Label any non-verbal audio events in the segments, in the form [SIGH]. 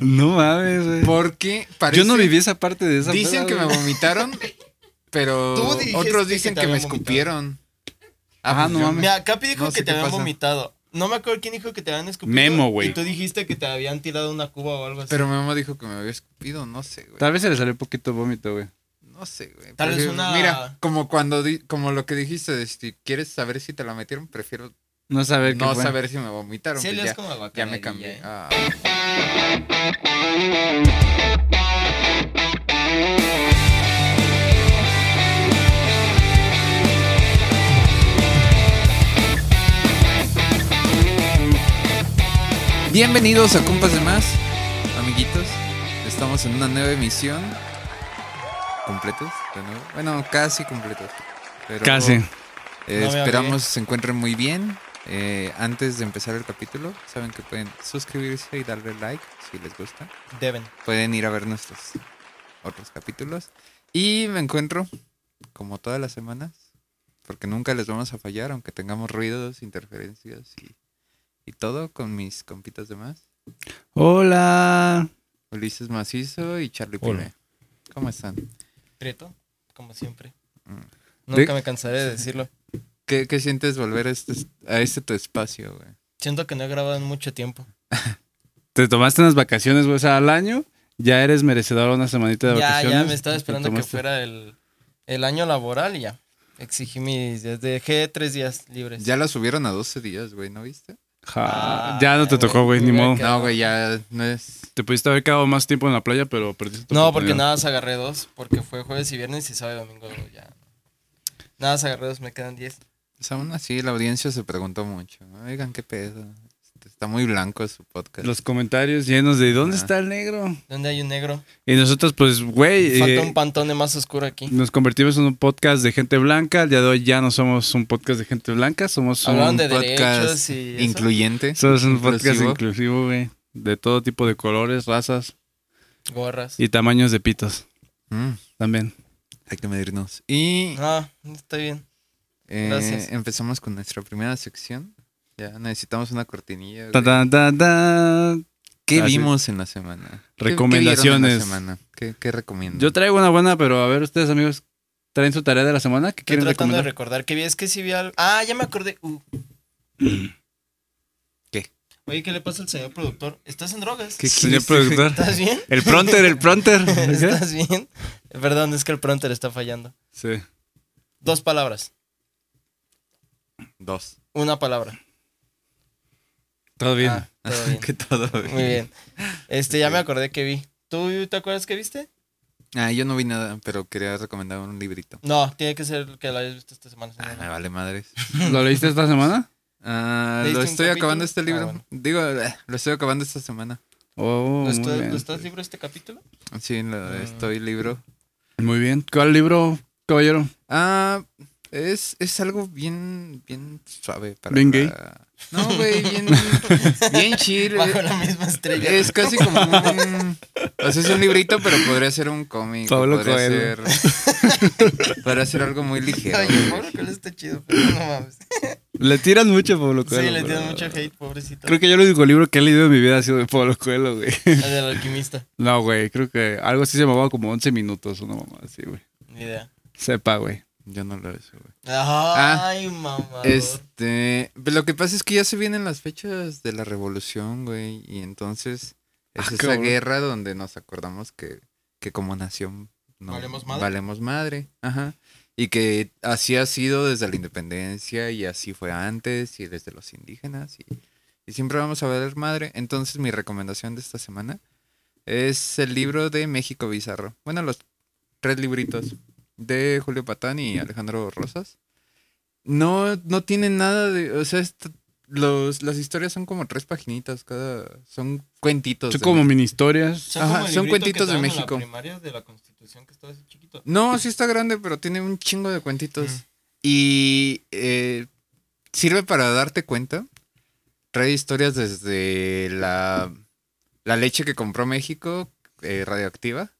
No mames, güey. Porque parece... Yo no viví esa parte de esa peda, Dicen que me güey. vomitaron, pero [LAUGHS] Tú dijiste otros que dicen te que, me habían vomitado. escupieron. Ah, pues no yo- mames. Mira, Capi dijo No que sé te qué habían pasa. vomitado. No me acuerdo quién dijo que te habían escupido. Memo, güey. Y tú dijiste que te habían tirado una cuba o algo así. Pero mi mamá dijo que me había escupido, no sé, güey. Tal vez se le salió poquito vómito, güey. No sé, güey. Tal vez Prefiero- una- Mira, como cuando di- como lo que dijiste, de si quieres saber si te la metieron, prefiero No saber qué no fue. saber si me vomitaron. sí, pues le ya, es como ya guacamayilla, me cambié. ¿eh? Ah. Bienvenidos a Compas de Más, amiguitos. Estamos en una nueva emisión. ¿Completos? de nuevo? Bueno, casi completos. pero- Casi. eh, No me esperamos ahogué. se encuentren muy bien. Eh, antes de empezar el capítulo, saben que pueden suscribirse y darle like si les gusta. Deben. Pueden ir a ver nuestros otros capítulos. Y me encuentro, como todas las semanas, porque nunca les vamos a fallar, aunque tengamos ruidos, interferencias y, y todo, con mis compitas de más. Hola. Ulises Macizo y Charlie Hola. Pime. ¿Cómo están? Prieto, como siempre. Mm. Nunca De- me cansaré de decirlo. ¿Qué, qué sientes volver a este, a este tu espacio, güey? Siento que no he grabado en mucho tiempo. Te tomaste unas vacaciones, güey. O sea, al año ya eres merecedor de una semanita de Ya, vacaciones. ya me estaba Te esperando que tomaste- fuera el, el año laboral y ya. Exigí mis días. Dejé tres días libres. Ya la subieron a 12 días, güey, ¿no viste? Ja, Ah, ya no te güey, tocó, güey, ni mira modo. que- No, güey, ya no es. Te pudiste haber quedado más tiempo en la playa, pero perdiste tu No, porque oportunidad. nada más agarré dos, porque fue jueves y viernes y sábado y domingo ya. Nada más agarré dos, me quedan diez. Pues aún así, la audiencia se preguntó mucho. Oigan, qué pedo. Este, Está muy blanco su podcast. Los comentarios llenos de ¿dónde Ah. Ajá. está el negro? ¿Dónde hay un negro? Y nosotros, pues, güey, Falta eh, un pantone más oscuro aquí. nos convertimos en un podcast de gente blanca. El día de hoy ya no somos un podcast de gente blanca, somos un, Hablaron de podcast derechos y eso. Incluyente. somos un podcast inclusivo. inclusivo, güey. De todo tipo de colores, razas gorras. y tamaños de pitos Mm, también. hay que medirnos. Y [LAUGHS] No, Ah, está bien. eh, gracias. empezamos con nuestra primera sección. Ya necesitamos una cortinilla. güey. Tan, tan, tan, tan. ¿Qué Ah, sí. vimos en la semana? [LAUGHS] ¿Qué- Recomendaciones. ¿Qué, vieron en la semana? ¿Qué, qué recomiendan? Yo traigo una buena, pero a ver, ustedes, amigos, ¿traen su tarea de la semana? ¿Qué Estoy quieren tratando recomendar? de recordar que vi, es que sí vi algo. Ah, ya me acordé. Uh. ¿Qué? Oye, ¿qué le pasa al señor productor? ¿Estás en drogas? ¿Qué Señor quieres, güey? productor. [LAUGHS] ¿Estás bien? El pronter, el [LAUGHS] pronter. ¿Qué? ¿Estás bien? Perdón, es que el pronter está fallando. Sí. Dos palabras. Dos. Una palabra. Todo bien. Ah, [LAUGHS] todo bien. que todo. güey. Muy bien. Este, ya me acordé que vi. ¿Tú te acuerdas que viste? Ah, yo no vi nada, pero quería recomendar un librito. No, tiene que ser que lo hayas visto esta semana. Ah, señor. me vale madres. ¿Lo leíste esta semana? Ah, ¿Leíste lo un estoy acabando capítulo? este libro. Ah, bueno. Digo, eh, lo estoy acabando esta semana. Oh, muy ¿Lo estás- bien. ¿Lo estás libro este capítulo? Sí, lo Ah. estoy libro. Muy bien. ¿Cuál libro, caballero? Ah, es, es algo bien, bien suave. Para, ¿Bien gay? No, [LAUGHS] güey, bien, bien chill. Bajo la [LAUGHS] misma estrella. Es casi como un... O sea, es un librito, pero podría ser un cómic. Pablo podría Coelho. ser- podría ser algo muy ligero. Oye, pobre que está chido, pero no mames. Le tiran mucho a Pablo Coelho. Sí, le tienen pero- mucho hate, pobrecito. Creo que yo el único libro que he leído en mi vida ha sido de Pablo Coelho, güey. El del alquimista. No, güey, creo que algo así se llamaba como 11 minutos, una mamá así, güey. Ni idea. Sepa, güey. Yo no lo hice, güey. Ah, Ay, mamá. Este, pero lo que pasa es que ya se vienen las fechas de la revolución, güey, y entonces es Ah, esa cabrón. guerra donde nos acordamos que, que como nación no Valemos madre. valemos madre, ajá, y que así ha sido desde la independencia y así fue antes y desde los indígenas y, y siempre vamos a valer madre. Entonces mi recomendación de esta semana es el libro de México Bizarro. Bueno, los tres libritos de Julio Patán y Alejandro Rosas. No, no tienen nada de. O sea, est- los, las historias son como tres paginitas cada. Son cuentitos. Son de como México. mini historias. Son como ajá, el son librito cuentitos de que te daban en México. La primaria de la Constitución que estaba así chiquito. No, sí está grande, pero tiene un chingo de cuentitos. Mm. Y eh, sirve para darte cuenta. Trae historias desde la, la leche que compró México eh, radioactiva.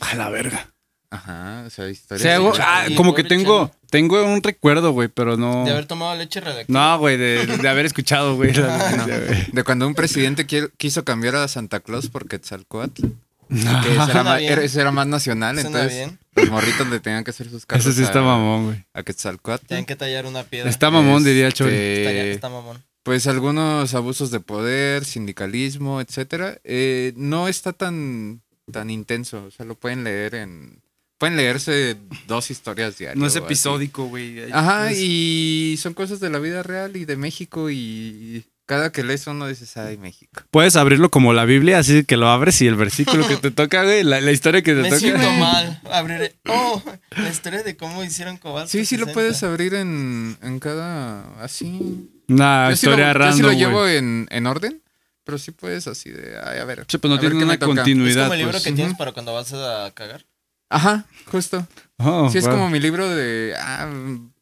A la verga. Ajá, o sea, O historias. sea, de- hago- ah, Y como que pobre tengo, tengo un recuerdo, güey, pero no. De haber tomado leche radioactiva. No, güey, de, de haber escuchado, güey. la noticia, güey. De cuando un presidente quier- quiso cambiar a Santa Claus por Quetzalcoatl. Que ese Suena era, más, bien. era- ese era más nacional, Suena entonces bien. los morritos le tenían que hacer [LAUGHS] sus cartas Eso sí está a, mamón, güey. a Quetzalcoatl. Tienen que tallar una piedra. Está eh, mamón, diría el Este, Chori. Estaría- está mamón. Pues algunos abusos de poder, sindicalismo, etcétera. Eh, no está tan, tan intenso. O sea, lo pueden leer en. Pueden leerse dos historias diarias. No es o así. episódico, güey. Ajá, Es- y son cosas de la vida real y de México. Y cada que lees uno dices, ay, México. Puedes abrirlo como la Biblia, así que lo abres y el versículo que te toca, güey, la, la historia que te Me toca. siento mal. Abriré. Oh, la historia de cómo hicieron Cobalt. Sí, sí lo puedes abrir en, en cada. Así. Una Yo sí lo- Ah, historia Yo sí lo random, llevo güey. en, en orden, pero sí puedes así de. Ay, a ver. Sí, pues no a tiene ver qué me una toca". Es continuidad. como el libro pues. que tienes para cuando vas a cagar. Ajá, justo. Oh, sí, es wow. como mi libro de. Ah,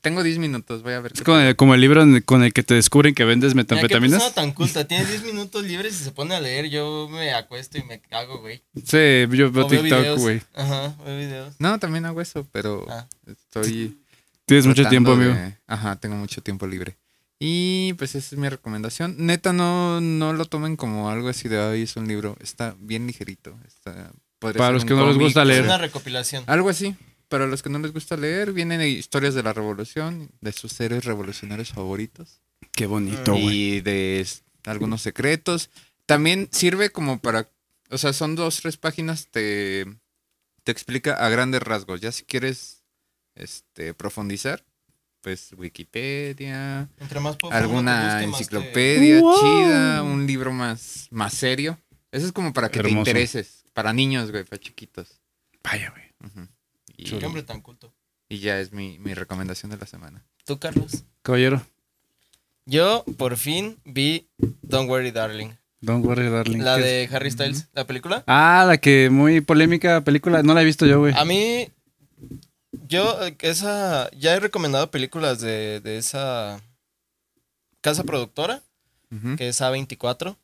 tengo 10 minutos, voy a ver. Es qué como el, como el libro en- con el que te descubren que vendes Mira, qué persona metanfetaminas. tan culta. Tienes 10 minutos libres y se pone a leer. Yo me acuesto y me cago, güey. Sí, yo veo O veo TikTok, videos. güey. Ajá, veo videos. No, también hago eso, pero Ah. estoy. Tienes mucho tratando tiempo, de- amigo. Ajá, tengo mucho tiempo libre. Y pues esa es mi recomendación. Neta, no, no lo tomen como algo así de ay, es un libro. Está bien ligerito. Está, podría Para ser los un que no les cómic, gusta Es leer. una recopilación. Algo así. Para los que no les gusta leer, vienen historias de la revolución, de sus héroes revolucionarios favoritos Qué bonito, Mm. y de s- algunos secretos. También sirve como para, o sea, son dos, tres páginas, te, te explica a grandes rasgos. Ya si quieres este, profundizar, pues Wikipedia, Entre más popular alguna te guste, más te- enciclopedia Wow. chida, un libro más, más serio. Eso es como para que Hermoso. te intereses, para niños, güey, para chiquitos. Vaya, güey. Ujú. Y- Qué hombre tan culto. y ya es mi, mi recomendación de la semana. ¿Tú, Carlos? Caballero, Yo por fin vi Don't Worry Darling. don't worry, darling. La ¿Qué es? de Harry Styles, la película. Ah, la que muy polémica película. No la he visto yo, güey. A mí, yo, eh, esa, ya he recomendado películas de, de esa casa productora, Ujú. Ah. que es A24,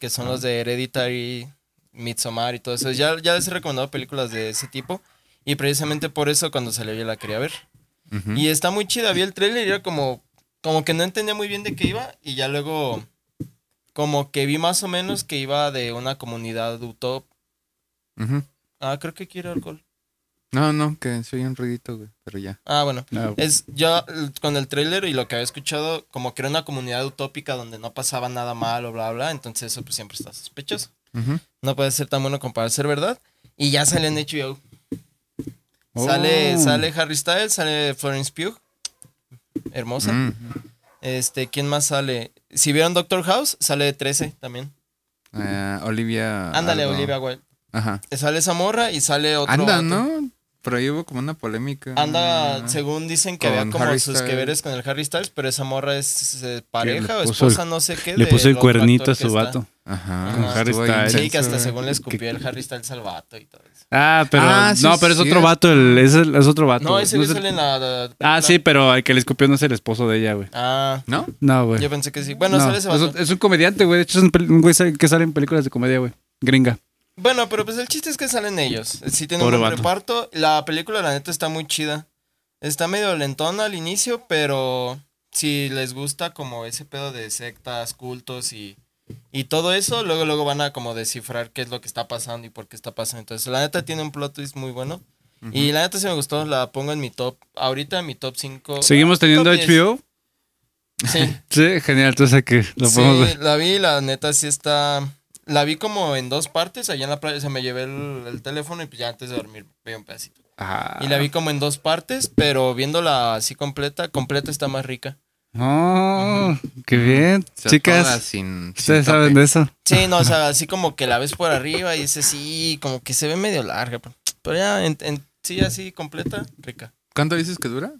que son las de Hereditary, Midsommar y todo eso. Ya, ya les he recomendado películas de ese tipo. Y precisamente por eso cuando salió yo la quería ver. Ujú. Y está muy chida. Vi el trailer y era como, como que no entendía muy bien de qué iba. Y ya luego, como que vi más o menos que iba de una comunidad utop. Ujú. Ah, creo que quiere alcohol. No, no, que soy un ruidito, güey, pero ya. Ah, bueno. No. Es yo l- con el tráiler y lo que había escuchado, como que era una comunidad utópica donde no pasaba nada malo, bla, bla. Entonces eso pues siempre está sospechoso. Ujú. No puede ser tan bueno como para ser verdad. Y ya sale en HBO. Oh. Sale, sale Harry Styles, sale Florence Pugh. Hermosa. Mm. Este, ¿quién más sale? Si vieron Doctor House, sale de 13 también. Eh, Olivia. Ándale, algo. Olivia Wilde. Ajá. Sale esa morra y sale otro. Anda, vato. ¿no? Pero ahí hubo como una polémica. Ah. Anda, según dicen que Con había como Harry sus Styles. que veres con el Harry Styles, pero esa morra es eh, pareja o puso el- esposa, no sé qué. Le del puso el otro cuernito a actor su que está. vato. Ajá. Con estuvo Harry ahí Styles. intenso, Sí, que hasta güey. según le escupió el Harry Styles al vato y todo eso. Ah, pero. Ah, sí, no, pero es sí, otro es- vato. El, es, el- es otro vato. No, güey. ese No día es el- sale en la. la- Ah, la- sí, pero al que le escupió no es el esposo de ella, güey. Ah, ¿No? No, güey. yo pensé que sí. Bueno, No, pues, sale ese es, vato. un- es un comediante, güey. De hecho, es un, pel- un güey sal- que sale en películas de comedia, güey. Gringa. Bueno, pero pues el chiste es que salen ellos. Sí tienen Pobre un buen vato. reparto. La película, la neta, está muy chida. Está medio lentona al inicio, pero si les gusta como ese pedo de sectas, cultos y, y todo eso, luego luego van a como descifrar qué es lo que está pasando y por qué está pasando. Entonces, la neta tiene un plot twist muy bueno. Y la neta sí me gustó, la pongo en mi top. Ahorita en mi top 5. ¿Seguimos teniendo HBO? Sí. Sí, genial. Entonces aquí lo podemos Sí, ver. la vi, la neta sí está. La vi como en dos partes. Allá en la playa se me llevé el, el teléfono y pues ya antes de dormir veía un pedacito. Ah. Y la vi como en dos partes, pero viéndola así completa, completa está más rica. Oh, qué bien. O sea, todas Chicas, sin- sin ustedes tope. saben de eso. Sí, no, [LAUGHS] o sea, así como que la ves por arriba y dices, sí, como que se ve medio larga. Pero, pero ya, en, en- sí, así completa, rica. ¿Cuánto dices que dura?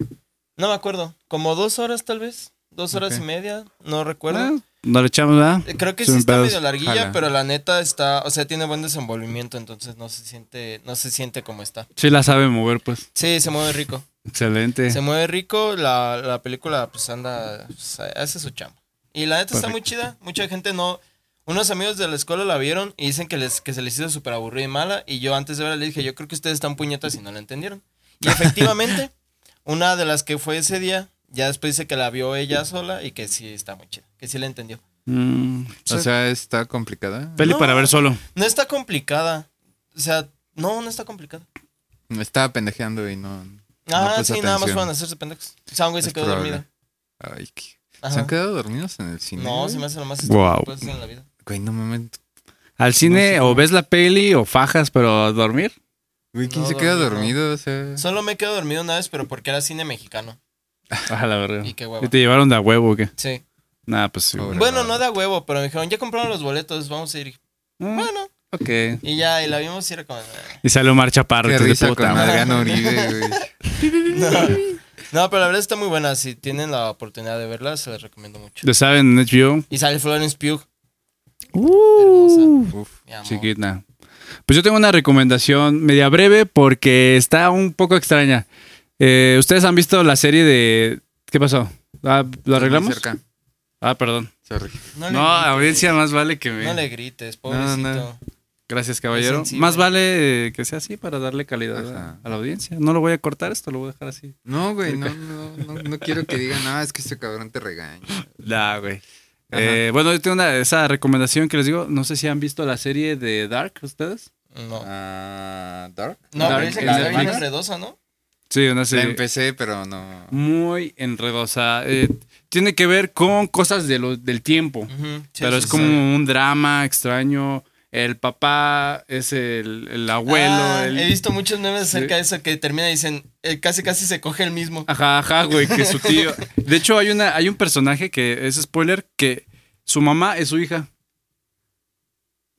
No me acuerdo, como dos horas tal vez, dos horas Ok. y media, no recuerdo. Ah, no le echamos, ¿verdad? Eh, Creo que Sin sí está pedos. medio larguilla, Jala. pero la neta está, o sea, tiene buen desenvolvimiento, entonces no se siente, no se siente como está. Sí la sabe mover, pues. Sí, se mueve rico. Excelente. Se mueve rico, la, la película pues anda, pues, hace su chamba. Y la neta está Perfecto. muy chida, mucha gente no, Unos amigos de la escuela la vieron y dicen que, les, que se les hizo súper aburrida y mala. Y yo antes de verla le dije, yo creo que ustedes están puñetas y no la entendieron. [LAUGHS] Y efectivamente, una de las que fue ese día, ya después dice que la vio ella sola y que sí está muy chida, que sí la entendió. Mm, O sea, está complicada. peli No. para ver solo. No está complicada. O sea, no, no está complicada. Me Estaba pendejeando y no. Ah, no sí, puse nada más atención. fueron a hacerse pendejos. O sea, un güey se Es quedó probable. dormido. Ay, qué- ¿Se Ajá. han quedado dormidos en el cine? No, güey? se me hace lo más Guau. estúpido que Pues, puedes hacer en la vida. Güey, no mames. Al cine o ves la peli o fajas, pero a dormir. [LAUGHS] Güey, ¿quién No, se queda dormido, dormido? O sea. Solo me quedo dormido una vez, pero porque era cine mexicano. Ah, la verga. Y qué hueva. ¿Y te llevaron de a huevo o qué? Sí. Nada, pues sí. Pobre. güey. Bueno, madre. no da huevo, pero me dijeron, ya compraron los boletos, vamos a ir. Mm, Bueno, ok. y ya, y la vimos y era como... "Ah". Y sale Omar Chaparro. Qué hijo de risa puta, con madre. Adriano Uribe, güey. [LAUGHS] No. No, pero la verdad está muy buena. Si tienen la oportunidad de verla, se les recomiendo mucho. Ya saben, en HBO. Y sale Florence Pugh. Uh, Uf. mi amor. chiquita. Pues yo tengo una recomendación media breve porque está un poco extraña. Eh, Ustedes han visto la serie de. ¿Qué pasó? Ah, ¿Lo Muy arreglamos? cerca. Ah, perdón. Sorry. No, No, le grites, audiencia más vale que me. no le grites, No, pobrecito. no. Gracias, caballero. sensible. Más vale eh, que sea así para darle calidad Ajá. a, a la audiencia. No lo voy a cortar, esto lo voy a dejar así. No, güey, no, no, no, no quiero que digan, ah, es que este cabrón te regaña. La, güey. Ajá. Eh, bueno, yo tengo una, esa recomendación que les digo. No sé si han visto la serie de Dark ustedes. No. Ah, Dark. No, Dark pero dicen en que está bien Netflix. enredosa, ¿no? Sí, una La serie empecé, pero no. muy enredosa. Eh, tiene que ver con cosas de lo- del tiempo. Ujú, sí, pero sí, es sí. como un drama extraño. El papá es el, el abuelo. Ah, el- He visto muchos memes acerca de eso que termina y dicen, eh, casi casi se coge el mismo. Ajá, ajá, güey, que su tío. De hecho, hay una, hay un personaje que es spoiler que su mamá es su hija.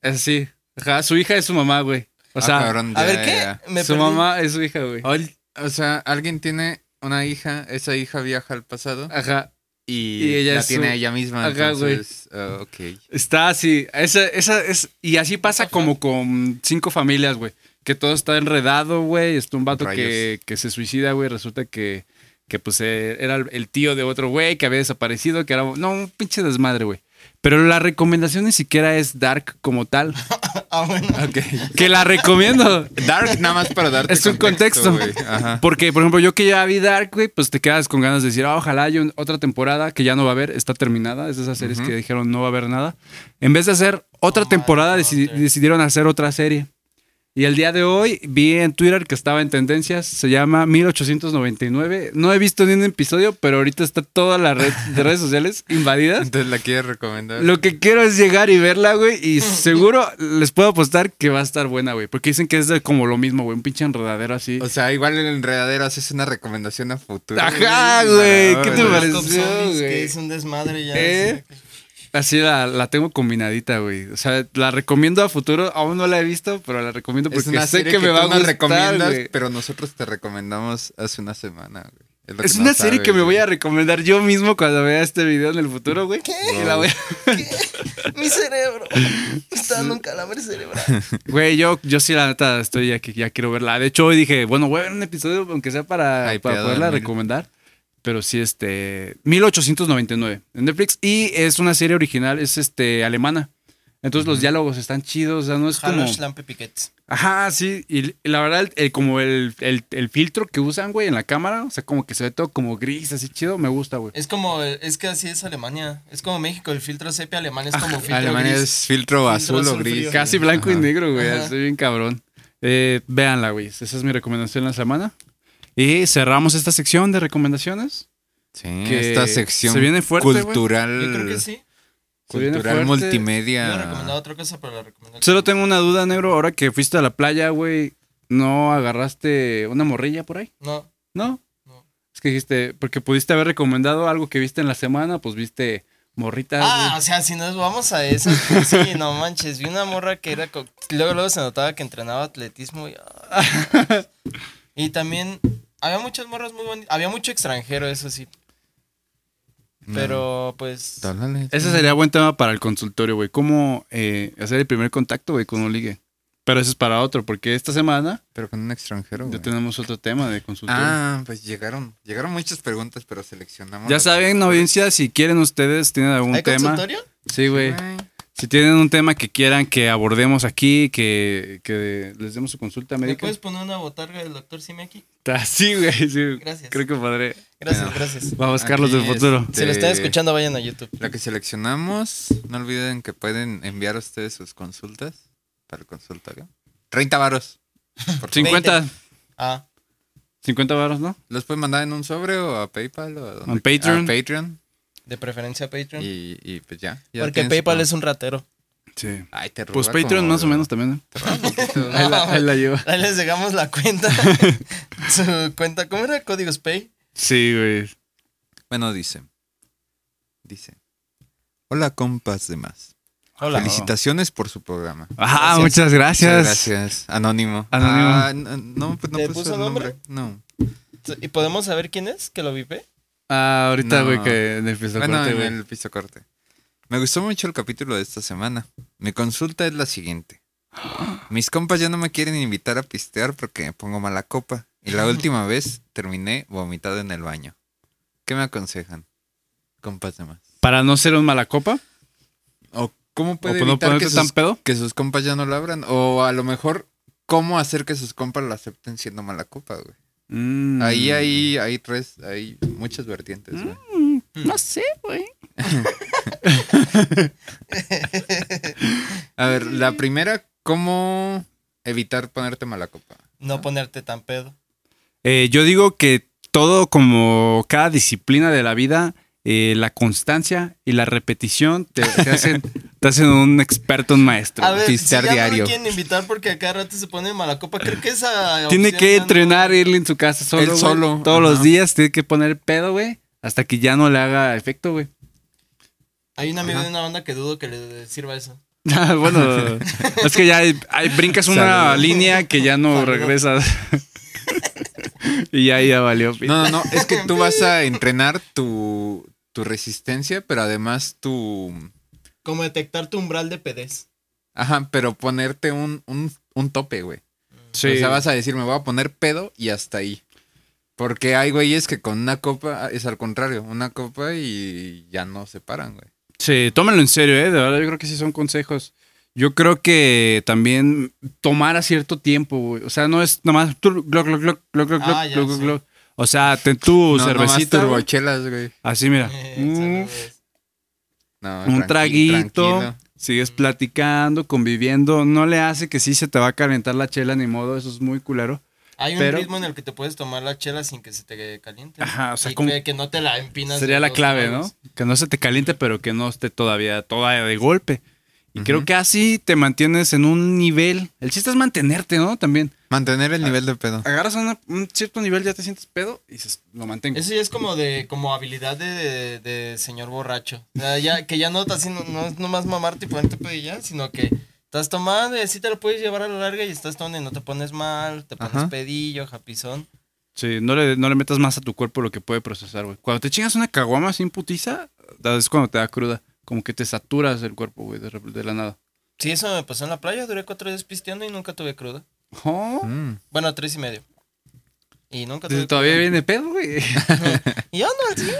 Es así. Ajá, su hija es su mamá, güey. O Ah, sea, cabrón, A ya, ver, ya. ¿qué? Me su perdí. mamá es su hija, güey. Ol- O sea, alguien tiene una hija, esa hija viaja al pasado Ajá. y, Y ella la es su- tiene ella misma. Ajá, güey. entonces, ah, ok. Está así. Esa, esa es. Y así pasa como con cinco familias, güey. Que todo está enredado, güey. Está un vato que, Rayos. que se suicida, güey. Resulta que, que pues eh, era el el tío de otro güey que había desaparecido, que era. un- No, un pinche desmadre, güey. Pero la recomendación ni siquiera es dark como tal. Ah, bueno. Que la recomiendo. [LAUGHS] Dark, nada más para darte. Es un contexto. güey. Ajá. Porque, por ejemplo, yo que ya vi Dark, güey, pues te quedas con ganas de decir, ah, ojalá haya un- otra temporada que ya no va a haber, está terminada. Es de esas series que dijeron no va a haber nada. En vez de hacer otra my temporada, God, deci- dude. decidieron hacer otra serie. Y el día de hoy vi en Twitter que estaba en tendencias, se llama 1899. No he visto ni un episodio, pero ahorita está toda la red de redes sociales invadidas. Entonces la quiero recomendar. Lo que quiero es llegar y verla, güey. Y seguro les puedo apostar que va a estar buena, güey. Porque dicen que es de como lo mismo, güey. Un pinche enredadero así. O sea, igual el enredadero haces una recomendación a futuro. Ajá, güey, [LAUGHS] Para ¿qué te ahora. parece? Cop pareció, Zombies, güey. que es un desmadre ya. ¿Eh? Así la, la tengo combinadita, güey. O sea, la recomiendo a futuro. Aún no la he visto, pero la recomiendo Es porque una sé serie que, me tú va a nos gustar, recomiendas, güey. pero nosotros te recomendamos hace una semana, güey. lo Es que no una serie sabes, que me voy güey. a recomendar yo mismo cuando vea este video en el futuro, güey. Y la voy a- [LAUGHS] así. Mi cerebro. Me Está dando un [LAUGHS] calambre cerebral. Güey, yo, yo sí, la neta, estoy aquí, ya quiero verla. De hecho, hoy dije, bueno, voy a ver un episodio, aunque sea para, Ay, para pedo, poderla ¿no? recomendar. Pero sí, este. 1899 en Netflix. Y es una serie original, es este alemana. Entonces los diálogos están chidos, o sea, no es como. Halos Lampe Piquets. Ajá, sí. Y, y la verdad, el- el- como el, el- el filtro que usan, güey, en la cámara, o sea, como que se ve todo como gris, así chido, me gusta, güey. Es como, es que así es Alemania. Es como México, el filtro sepia alemán Ah, [LAUGHS] es como filtro Alemania gris. es filtro azul o azul gris. frío. güey. Casi blanco y Ajá. negro, güey, Ajá. estoy bien cabrón. Eh, véanla, güey, esa es mi recomendación de la semana. Y cerramos esta sección de recomendaciones. Sí, Que esta sección se viene fuerte, güey. cultural, Yo creo que sí. Se viene cultural fuerte. Yo le recomendaba multimedia. otra cosa, pero la recomiendo. Solo tengo una duda, negro, ahora que fuiste a la playa, güey, ¿no agarraste una morrilla por ahí? No. ¿No? No. Es que dijiste, porque pudiste haber recomendado algo que viste en la semana, pues viste morritas. Ah, güey. o sea, si nos vamos a eso, pues sí, no manches. Vi una morra que era. co- Luego, luego se notaba que entrenaba atletismo. Y, ah. y también había muchas morras muy bonitas. Había mucho extranjero, eso sí. Pero pues. Dólares. Ese sería buen tema para el consultorio, güey. ¿Cómo eh, hacer el primer contacto, güey, con un ligue? Pero eso es para otro, porque esta semana Pero con un extranjero. ya Oh, güey. tenemos otro tema de consultorio. Ah, pues llegaron. Llegaron muchas preguntas, pero seleccionamos. ya las saben, mejores. audiencia, si quieren ustedes, tienen algún ¿Hay tema. consultorio? Sí, güey. Si tienen un tema que quieran que abordemos aquí, que, que les demos su consulta ¿Me médica. puedes poner una botarga del doctor Simeki? Ta- [LAUGHS] Sí, güey, sí. Gracias. Creo que padre. Gracias, Bueno. gracias. Vamos, Carlos Aquí, del futuro. este, Si lo están escuchando, vayan a YouTube. La que seleccionamos, no olviden que pueden enviar a ustedes sus consultas para el consultorio. 30 varos. por favor. 50, Ah, 50 baros, ¿no? Los pueden mandar en un sobre o a PayPal o a donde- A Patreon. a Patreon. de preferencia Patreon. Y, y pues ya. ya porque tienen su PayPal pro- es un ratero. Sí. Ay, te Pues roba Patreon como- más o menos también. ¿eh? te roba [LAUGHS] un poquito. Ahí la, ahí la lleva. Ahí les dejamos la [LAUGHS] cuenta. su cuenta. ¿Cómo era? Códigos Pay. Sí, güey. Bueno, dice. Dice. Hola, compas de más. Hola. Felici- Felicitaciones por su programa. Ah, Gracias. muchas gracias. Muchas gracias. Anónimo. Anónimo. Ah, n- no, pues no ¿Te puso, puso el nombre? nombre. No. ¿Y podemos saber quién es que lo vipe? Ah, ahorita, No. güey, que en el piso Bueno, corte, en güey. el piso corte. Me gustó mucho el capítulo de esta semana. Mi consulta es la siguiente. Mis compas ya no me quieren invitar a pistear porque me pongo mala copa. Y [LAUGHS] la última vez terminé vomitado en el baño. ¿Qué me aconsejan? Compas de más. Para no ser un mala copa. ¿O cómo puede o no evitar que ponerte sus, tan pedo. que sus compas ya no lo abran? O a lo mejor, ¿cómo hacer que sus compas lo acepten siendo mala copa, güey? Mm. Ahí hay, hay tres, hay muchas vertientes, güey. Mm, No sé, güey. A ver, la primera, ¿cómo evitar ponerte mala copa? No ponerte tan pedo. Eh, yo digo que todo como cada disciplina de la vida, eh, la constancia y la repetición te, te hacen, te hacen un experto, un maestro. A ver, si ya pistear no diario. me quieren invitar porque a cada rato se pone mala copa, creo que [LAUGHS] esa. tiene opción que ya no- entrenar, irle en su casa solo. Él güey. solo, Todos los ajá. días tiene que poner pedo, güey. Hasta que ya no le haga efecto, güey. Hay un amigo Ajá. de una banda que dudo que le sirva eso. Ah, [LAUGHS] bueno, es que ya hay- hay- brincas una Saludos. línea que ya no Saludos. regresas. [LAUGHS] y ahí ya valió. pito. No, no, no, es que tú vas a entrenar tu, tu resistencia, pero además tu... Como detectar tu umbral de pedez. Ajá, pero ponerte un, un, un tope, güey. Sí. O sea, vas a decir, me voy a poner pedo y hasta ahí. Porque hay güeyes que con una copa, es al contrario, una copa y ya no se paran, güey. Sí, tómenlo en serio, ¿eh? De verdad, yo creo que sí son consejos. Yo creo que también tomar a cierto tiempo, güey. O sea, no es nomás... tur- gloc, gloc, gloc, gloc, gloc, Ah, ya, gloc, gloc, sí. gloc. O sea, ten tu No, nomás cervecita. güey. turbochelas, güey. Así, mira. Eh, Uf. saludos. No, un tranqui- traguito, tranquilo. sigues platicando, conviviendo, no le hace que sí se te va a calentar la chela ni modo, eso es muy culero. Hay un Pero- ritmo en el que te puedes tomar la chela sin que se te caliente. Ajá, o sea, y como- que, que no te la empinas. Sería de la dos clave, lados. ¿no? Que no se te caliente, pero que no esté todavía toda de golpe. Y creo Ujú. que así te mantienes en un nivel. El chiste es mantenerte, ¿no? También. Mantener Ah. el nivel de pedo. Agarras a una- un cierto nivel, ya te sientes pedo y dices, lo mantengo. Eso ya es como de como habilidad de, de- de señor borracho. O sea, ya, que ya no estás haciendo, no es nomás mamarte y ponerte pedo y ya, sino que estás tomando y así te lo puedes llevar a la larga y estás tomando y no te pones mal, te pones Ajá. pedillo, japizón. Sí, no le, no le metas más a tu cuerpo lo que puede procesar, güey. Cuando te chingas una caguama sin putiza, es cuando te da cruda. Como que te saturas el cuerpo, güey, de, rep- de la nada. Sí, eso me pasó en la playa, duré cuatro días pisteando y nunca tuve cruda. Oh. Mm. Bueno, tres y medio. Y nunca tuve Dice, Todavía viene pedo, güey. [LAUGHS] cruda. Y yo no, sí,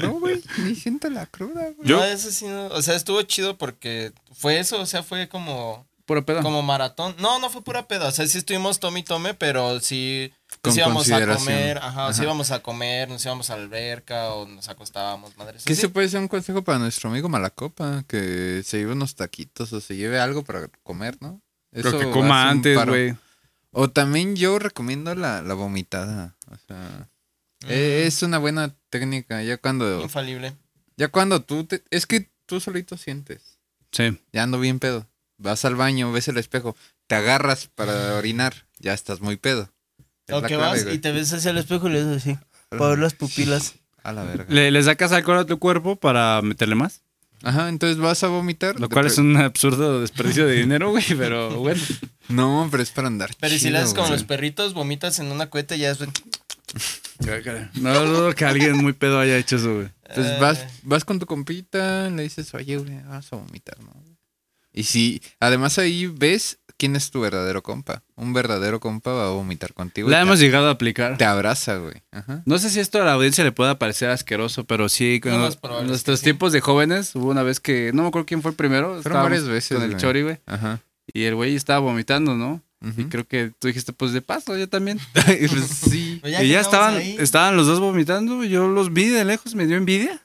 No, güey, ni siento la cruda, güey. Yo- No, eso sí, no. O sea, estuvo chido porque fue eso, o sea, fue como, Puro pedo. como maratón. No, no fue pura peda. O sea, sí estuvimos tome y tome, pero sí Con nos íbamos a consideración. comer, ajá, o sea, Ajá. íbamos a comer, nos íbamos a la alberca o nos acostábamos, madre. eso ¿Qué sí. se puede ser un consejo para nuestro amigo Malacopa? Que se lleve unos taquitos o se lleve algo para comer, ¿no? Pero que Eso coma hace un antes, paro. güey. O también yo recomiendo la, la vomitada. O sea, Mm, e- es una buena técnica. Ya cuando, Infalible. ya cuando tú te- Es que tú solito sientes. Sí. Ya ando bien pedo. Vas al baño, ves el espejo, te agarras Mm. para orinar. Ya estás muy pedo. Es O la que clave, vas güey. Ah, y te ves hacia el espejo y le dices así, para ver las pupilas. A la verga. Le, le sacas alcohol a tu cuerpo para meterle más. Ajá, entonces vas a vomitar. Lo de cual pre- es un absurdo desperdicio de dinero, güey. Pero bueno. No, pero es para andar. Pero si chido, le haces como güey. los perritos, vomitas en una cueta y ya es... No dudo que alguien muy pedo haya hecho eso, güey. Entonces Eh. Pues vas, vas con tu compita, le dices, oye, güey, vas a vomitar, ¿no? Y si, además ahí ves quién es tu verdadero compa. Un verdadero compa va a vomitar contigo. y La te- hemos llegado a aplicar. Te abraza, güey. Ajá. No sé si esto a la audiencia le pueda parecer asqueroso, pero sí, Lo cuando- más probable en es nuestros que sí. tiempos de jóvenes, hubo una vez que, no me acuerdo quién fue el primero. estábamos varias veces, Con el güey. chori, güey. Ajá. Y el güey estaba vomitando, ¿no? Y ujú. creo que tú dijiste, pues de paso, yo también. [LAUGHS] y pues, sí. Pero ya y que ya andamos estaban, ahí. estaban los dos vomitando, yo los vi de lejos, me dio envidia.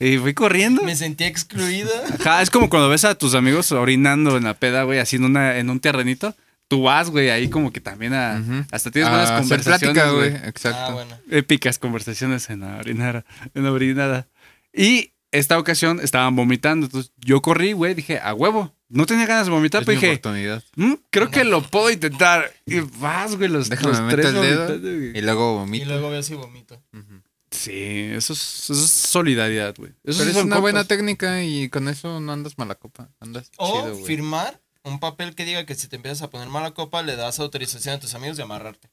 Y fui corriendo. Me sentí excluida. Ajá, es como cuando ves a tus amigos orinando en la peda, güey, así en, una, en un terrenito. Tú vas, güey, ahí como que también a- Ujú. hasta tienes buenas Ah, hacer conversaciones, plática, güey. [LAUGHS] Exacto. Ah, bueno. Épicas conversaciones en la orinara, en la orinada. Y esta ocasión estaban vomitando, entonces yo corrí, güey, dije, a huevo. No tenía ganas de vomitar, Es pero mi dije, oportunidad. "Mm, creo que lo puedo intentar. Y vas, güey, los, Déjame los meter tres el dedo vomitando, güey. y luego Y vomito. luego veo si vomito. Ujú. Sí, eso es, eso es solidaridad, güey. Eso Pero sí es son una buena [LAUGHS] compas. técnica y con eso no andas mala copa. Andas O chido, güey. firmar un papel que diga que si te empiezas a poner mala copa, le das autorización a tus amigos de amarrarte.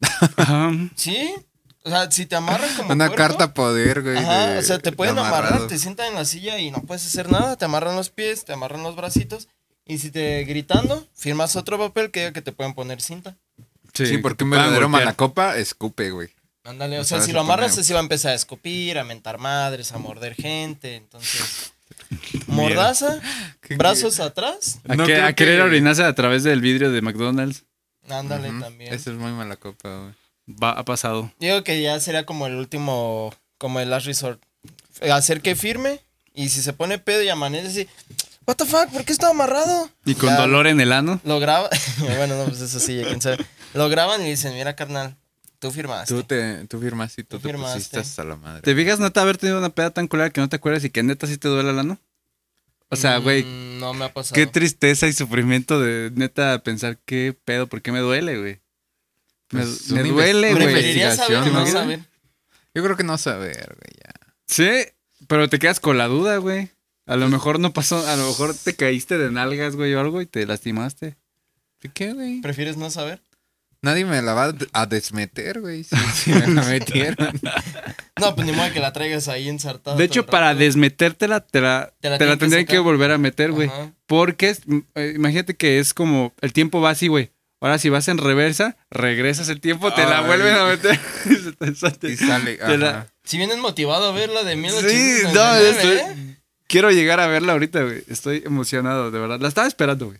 Ajá. ¿Sí? O sea, si te amarran como Una puerco, carta poder, güey. Ajá, de- o sea, te de pueden amarrar, amarrado. te sientan en la silla y no puedes hacer nada, te amarran los pies, te amarran los bracitos y si te gritando, firmas otro papel que diga que te pueden poner cinta. Sí, porque un verdadero mala copa escupe, güey. Ándale, o O sea, sea, si se lo amarras, pone- así va a empezar a escupir, a mentar madres, a morder gente, entonces... Mierda. [LAUGHS] Mordaza, brazos atrás, A, No que- creo a querer que- orinarse a través del vidrio de McDonald's. ándale Ujú. también. Eso es muy mala copa, güey. Va, ha pasado. Digo que ya sería como el último, como el last resort. Eh, Hacer que firme y si se pone pedo y amanece así, what the fuck, ¿por qué está amarrado? Y con Ya, dolor en el ano. Lo graban, [LAUGHS] bueno, no, pues eso sí, ya quién sabe. Lo graban y dicen, mira carnal, tú firmaste. Tú, te, tú firmaste y tú, Tú te firmaste. pusiste hasta la madre. ¿Te fijas neta haber tenido una peda tan culera que no te acuerdas y que neta sí te duele el ano? O sea, Mm, güey, no me ha pasado. qué tristeza y sufrimiento de neta pensar qué pedo, por qué me duele, güey. Me, Pues, me una inves- duele, una güey. Preferiría saber investigación, que no ¿no? saber. Yo creo que no saber, güey, ya. Sí, pero te quedas con la duda, güey. A lo mejor no pasó, a lo mejor te caíste de nalgas, güey, o algo y te lastimaste. ¿De qué, güey? ¿Prefieres no saber? Nadie me la va a d- a desmeter, güey. Si, [LAUGHS] si [LAUGHS] me la metieron. No, pues ni modo que la traigas ahí ensartada. De hecho, todo el para rato. desmetértela, te la, Te te la la tienen que tendrían que sacar. volver a meter, güey. Ajá. Porque es- m- eh, imagínate que es como el tiempo va así, güey. Ahora si vas en reversa, regresas el tiempo, te la Ay. vuelven a meter. [LAUGHS] Y se te Y sale. sale. Te la- ajá. Si vienes motivado a ver la de 1899, Sí, no, estoy- ¿eh? quiero llegar a verla ahorita, güey. Estoy emocionado, de verdad. La estaba esperando, güey.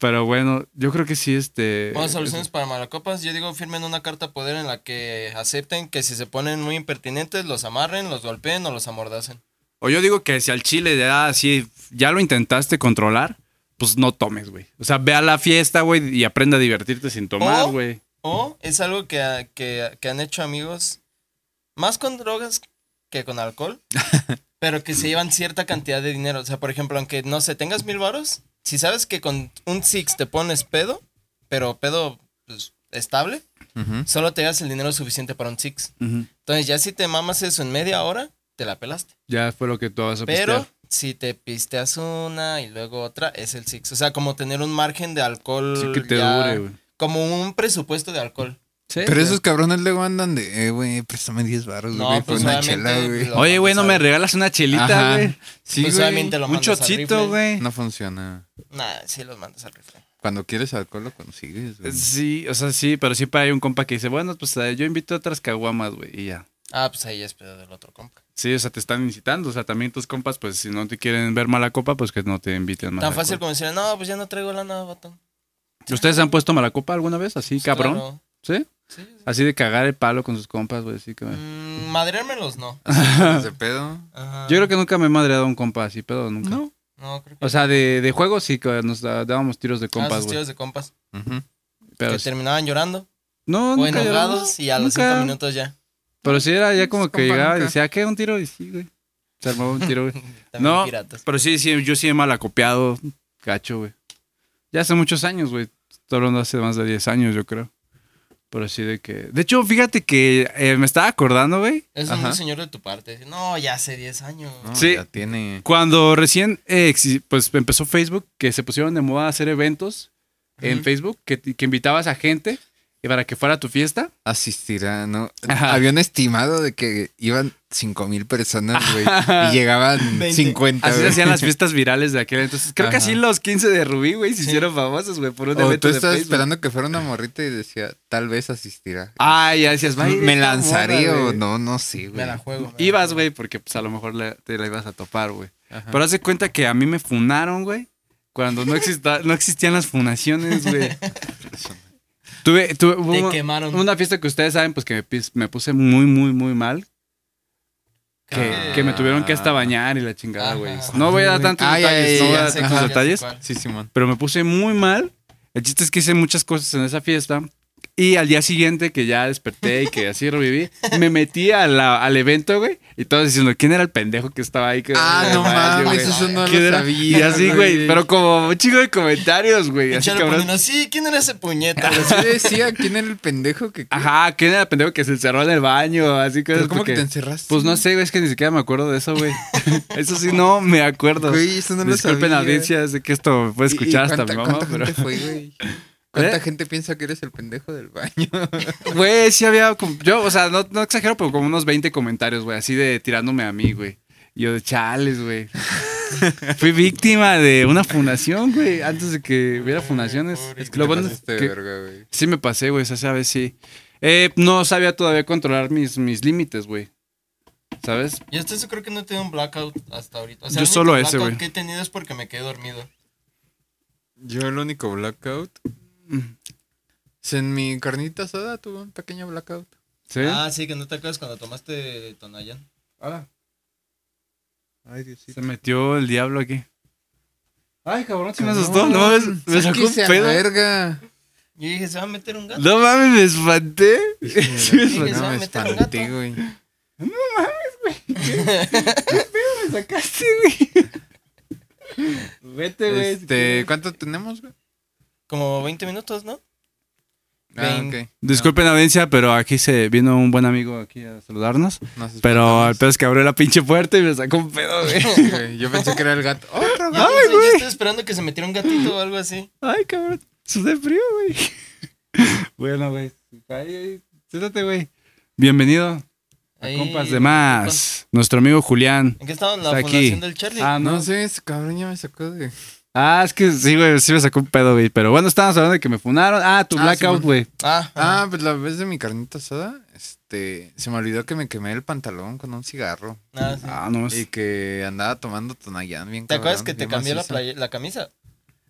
Pero bueno, yo creo que sí, este... Bueno, soluciones para malacopas. Yo digo, firmen una carta poder en la que acepten que si se ponen muy impertinentes, los amarren, los golpeen o los amordacen. O yo digo que si al chile de ah, sí, ya lo intentaste controlar, pues no tomes, güey. O sea, ve a la fiesta, güey, y aprende a divertirte sin tomar, O- güey. O es algo que, que, que han hecho amigos más con drogas que con alcohol, pero que se llevan cierta cantidad de dinero. O sea, por ejemplo, aunque no sé, tengas mil varos, si sabes que con un six te pones pedo, pero pedo pues, estable, Ujú. solo te das el dinero suficiente para un six. Entonces ya si te mamas eso en media hora, te la pelaste. Ya fue lo que tú vas a Pero pistear. si te pisteas una y luego otra, es el six. O sea, como tener un margen de alcohol. Sí que te ya- dure, güey. Como un presupuesto de alcohol. Pero esos cabrones luego andan de, eh, güey, préstame 10 baros, No, güey, por pues, una obviamente, chela, güey. lo- Oye, güey, ¿no me regalas una Ajá. chelita, güey? Sí, Pues, güey. obviamente, Te lo Un mandas al chocito, rifle. güey. [LAUGHS] No funciona. Nah, sí los mandas al rifle. Cuando quieres alcohol lo consigues, güey. Sí, o sea, sí, pero siempre hay un compa que dice, bueno, pues eh, yo invito a otras caguamas, güey, y ya. Ah, pues ahí es pedo del otro compa. Sí, o sea, te están incitando. O sea, también tus compas, pues si no te quieren ver mala copa, pues que no te inviten más. Tan fácil alcohol. como decir, no, pues ya no traigo lana, vato. ¿Ustedes han puesto mala copa alguna vez? Así, Pues, cabrón. claro. ¿Sí? Sí, sí. Así de cagar el palo con sus compas, güey. Así que. Mm, madreármelos, no. de pedo. Ajá. Ah, Yo creo que nunca me he madreado a un compa así, pero nunca. No. No, Ah, creo que. O sea, de, de juego sí que nos da- dábamos tiros de Ah, compas, sus güey. tíos de compas. Ujú. pero que sí- terminaban llorando. no, O nunca lloraba, enojados y a los nunca. cinco minutos ya. Pero sí era ya como que Compa, llegaba y nunca. decía, "Ah, ¿qué? Un tiro y sí, güey. Se armaba un tiro, güey. También No. piratas. pero sí, sí, yo sí he malacopiado, gacho, güey. Ya hace muchos años, güey. Estoy hablando hace más de 10 años, yo creo. Pero sí de que. De hecho, fíjate que eh, me estaba acordando, güey. Es un Ajá. señor de tu parte. No, ya hace 10 años. No, Sí. Ya tiene. Cuando recién eh, exi- pues empezó Facebook, que se pusieron de moda hacer eventos en Ujú. Facebook, que, que invitabas a gente y para que fuera a tu fiesta. asistirá, ¿no? Ajá. Había un estimado de que iban 5 mil personas, güey. Y [LAUGHS] llegaban 20. 50, Así se güey. hacían las fiestas virales de aquel entonces. Creo que Ajá. así los 15 de Rubí, güey, se hicieron famosos, güey, por un O evento tú de estabas Facebook. esperando que fuera una morrita y decía, tal vez asistirá. Ah, ya decías, va a ir ¿Me esta lanzaría morra, o güey. no? No sé, güey. Me la juego. me la Ibas, juego. güey, porque pues a lo mejor la- te la ibas a topar, güey. Ajá. Pero hace cuenta que a mí me funaron, güey. Cuando no, exista, no existían las funaciones, [LAUGHS] güey. tuve, tuve hubo Te una- quemaron. una fiesta que ustedes saben, pues que me, pis- me puse muy, muy, muy mal. Que, Ah. que me tuvieron que hasta bañar y la chingada, Ajá. güey. No voy a dar tantos Ah, ya, detalles, ya, no voy a ya dar sé tantos cuál, ya sé detalles. cuál. Sí, Simón. Pero me puse muy mal. El chiste es que hice muchas cosas en esa fiesta. Y al día siguiente que ya desperté y que así reviví, me metí a la- al evento, güey. Y todos diciendo, ¿quién era el pendejo que estaba ahí? Que- Ah, no güey, mames, güey? eso no ¿Quién lo era? sabía. Y así, güey, pero como un chingo de comentarios, güey. Y Así Chelo cabrón. poniendo, sí, ¿quién era [LAUGHS] ese puñeta? Pero sí decía quién era el pendejo que. Ajá, ¿quién era el pendejo que se encerró en el baño? Así que. Pero ¿Cómo que te encerraste? Pues no sé, güey, es que ni siquiera me acuerdo de eso, [LAUGHS] güey. eso sí, no me acuerdo. Güey, eso no lo Disculpen, sabía. audiencia, sé que esto me puede ¿Y- y escuchar hasta cuánta- mi mamá, ¿Cuánta pero. gente fue, güey? ¿Cuánta [LAUGHS] ¿Eh? gente piensa que eres el pendejo del baño? Güey, sí había. como- Yo, o sea, no, no exagero, pero como unos 20 comentarios, güey, así de tirándome a mí, güey. Y Yo de chales, [LAUGHS] güey. Fui víctima de una fundación, güey, antes de que hubiera fundaciones. [LAUGHS] pobre, Es que lo bueno es Pasaste de que- verga, güey. Sí me pasé, güey, o sea, esa vez sí. Eh, no sabía todavía controlar mis, mis límites, güey. ¿Sabes? Yo hasta eso creo que no he tenido un blackout hasta ahorita. O sea, Yo el único solo ese, blackout güey. que he tenido es porque me quedé dormido. Yo el único blackout. es En mi carnita asada tuve un pequeño blackout. ¿Sí? Ah, sí, que no te acuerdas cuando tomaste Tonayan. Ah. Ay, Diosito. Se metió el diablo aquí. Ay, cabrón, se me Cabrón, asustó. No mames, me sacó un sáquese a la pedo. verga. Yo dije, se va a meter un gato. No mames, me espanté. [LAUGHS] Sí, me Dije, espanté. se va No, a me meter un espanté, gato. güey. Me sacaste, [LAUGHS] güey. Vete, güey. Este, ¿cuánto tenemos, güey? Como 20 minutos, ¿no? Ah, Vein- ok. Disculpen audiencia, pero aquí se vino un buen amigo aquí a saludarnos. No, nos Pero el espantamos. pedo es que abrió la pinche puerta y me sacó un pedo, [LAUGHS] güey. Sí, güey, Yo pensé que era el gato. [LAUGHS] ¡Otro Yo, gato! pensé- yo estaba esperando que se metiera un gatito o algo así. Ay, cabrón. Sudé frío, güey. bueno, güey. [LAUGHS] Ahí, ahí. Siéntate, güey. Bienvenido Ahí- a Compas de Más. Nuestro amigo Julián. ¿En qué estaba la Está aquí. fundación del Charlie? Ah, No sé, ese cabrón ya me sacó de. Ah, es que sí, güey. Sí me sacó un pedo, güey. Pero bueno, estábamos hablando de que me funaron. Ah, tu Ah, blackout, Simón. güey. Ah, Ah, pues la vez de mi carnita asada, este, se me olvidó que me quemé el pantalón con un cigarro ah, sí. Ah, no. es- y que andaba tomando tonayán bien ¿Te acuerdas cabrón, que te bien cambió la, macizo. playa- la camisa?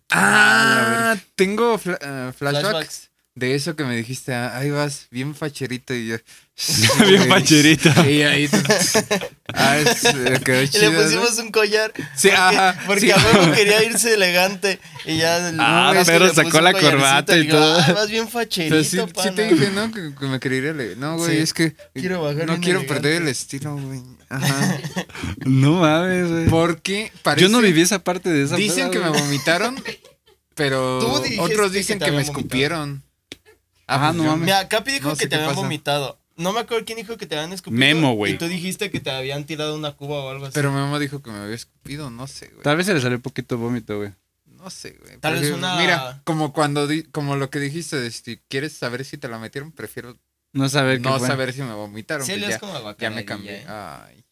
Ah, tengo fla- eh, flashbacks, Flashbacks. de eso que me dijiste, ah, ahí vas, bien facherito y yo. Bien facherito. Y ahí tú- Ah, es, eh, quedó [LAUGHS] Y le chido, ¿no? pusimos un collar. Sí, ah, porque ajá, porque sí. a huevo quería irse elegante. Y ya. Ah, no, es que pero le puso sacó un la collarcito, corbata y digo, todo. "Ah, vas bien Pero facherito, sí, sí pana". te dije, ¿no? Que, que me quería ir ele- No, güey, Sí. es que Quiero bajar no bien quiero elegante. perder el estilo, güey. [LAUGHS] Ajá. [LAUGHS] No mames, güey. Porque parece... Yo no viví esa parte de esa Dicen peda, que me güey. vomitaron, pero Tú dijiste otros que dicen te que, me habían vomitado. escupieron. Ajá, pues no yo- mames. Mira, Capi dijo No que sé te qué habían pasa. vomitado. No me acuerdo quién dijo que te habían escupido. Memo, güey. Y tú dijiste que te habían tirado una cuba o algo así. Pero mi mamá dijo que me había escupido, no sé, güey. Tal vez se le salió poquito vómito, güey. No sé, güey. Tal vez Prefiero- una- Mira, como cuando di- como lo que dijiste, de si quieres saber si te la metieron, prefiero No saber qué no fue. saber si me vomitaron. sí, pues olías ya, como a ya guacamayilla, me cambié. ¿eh? Ay,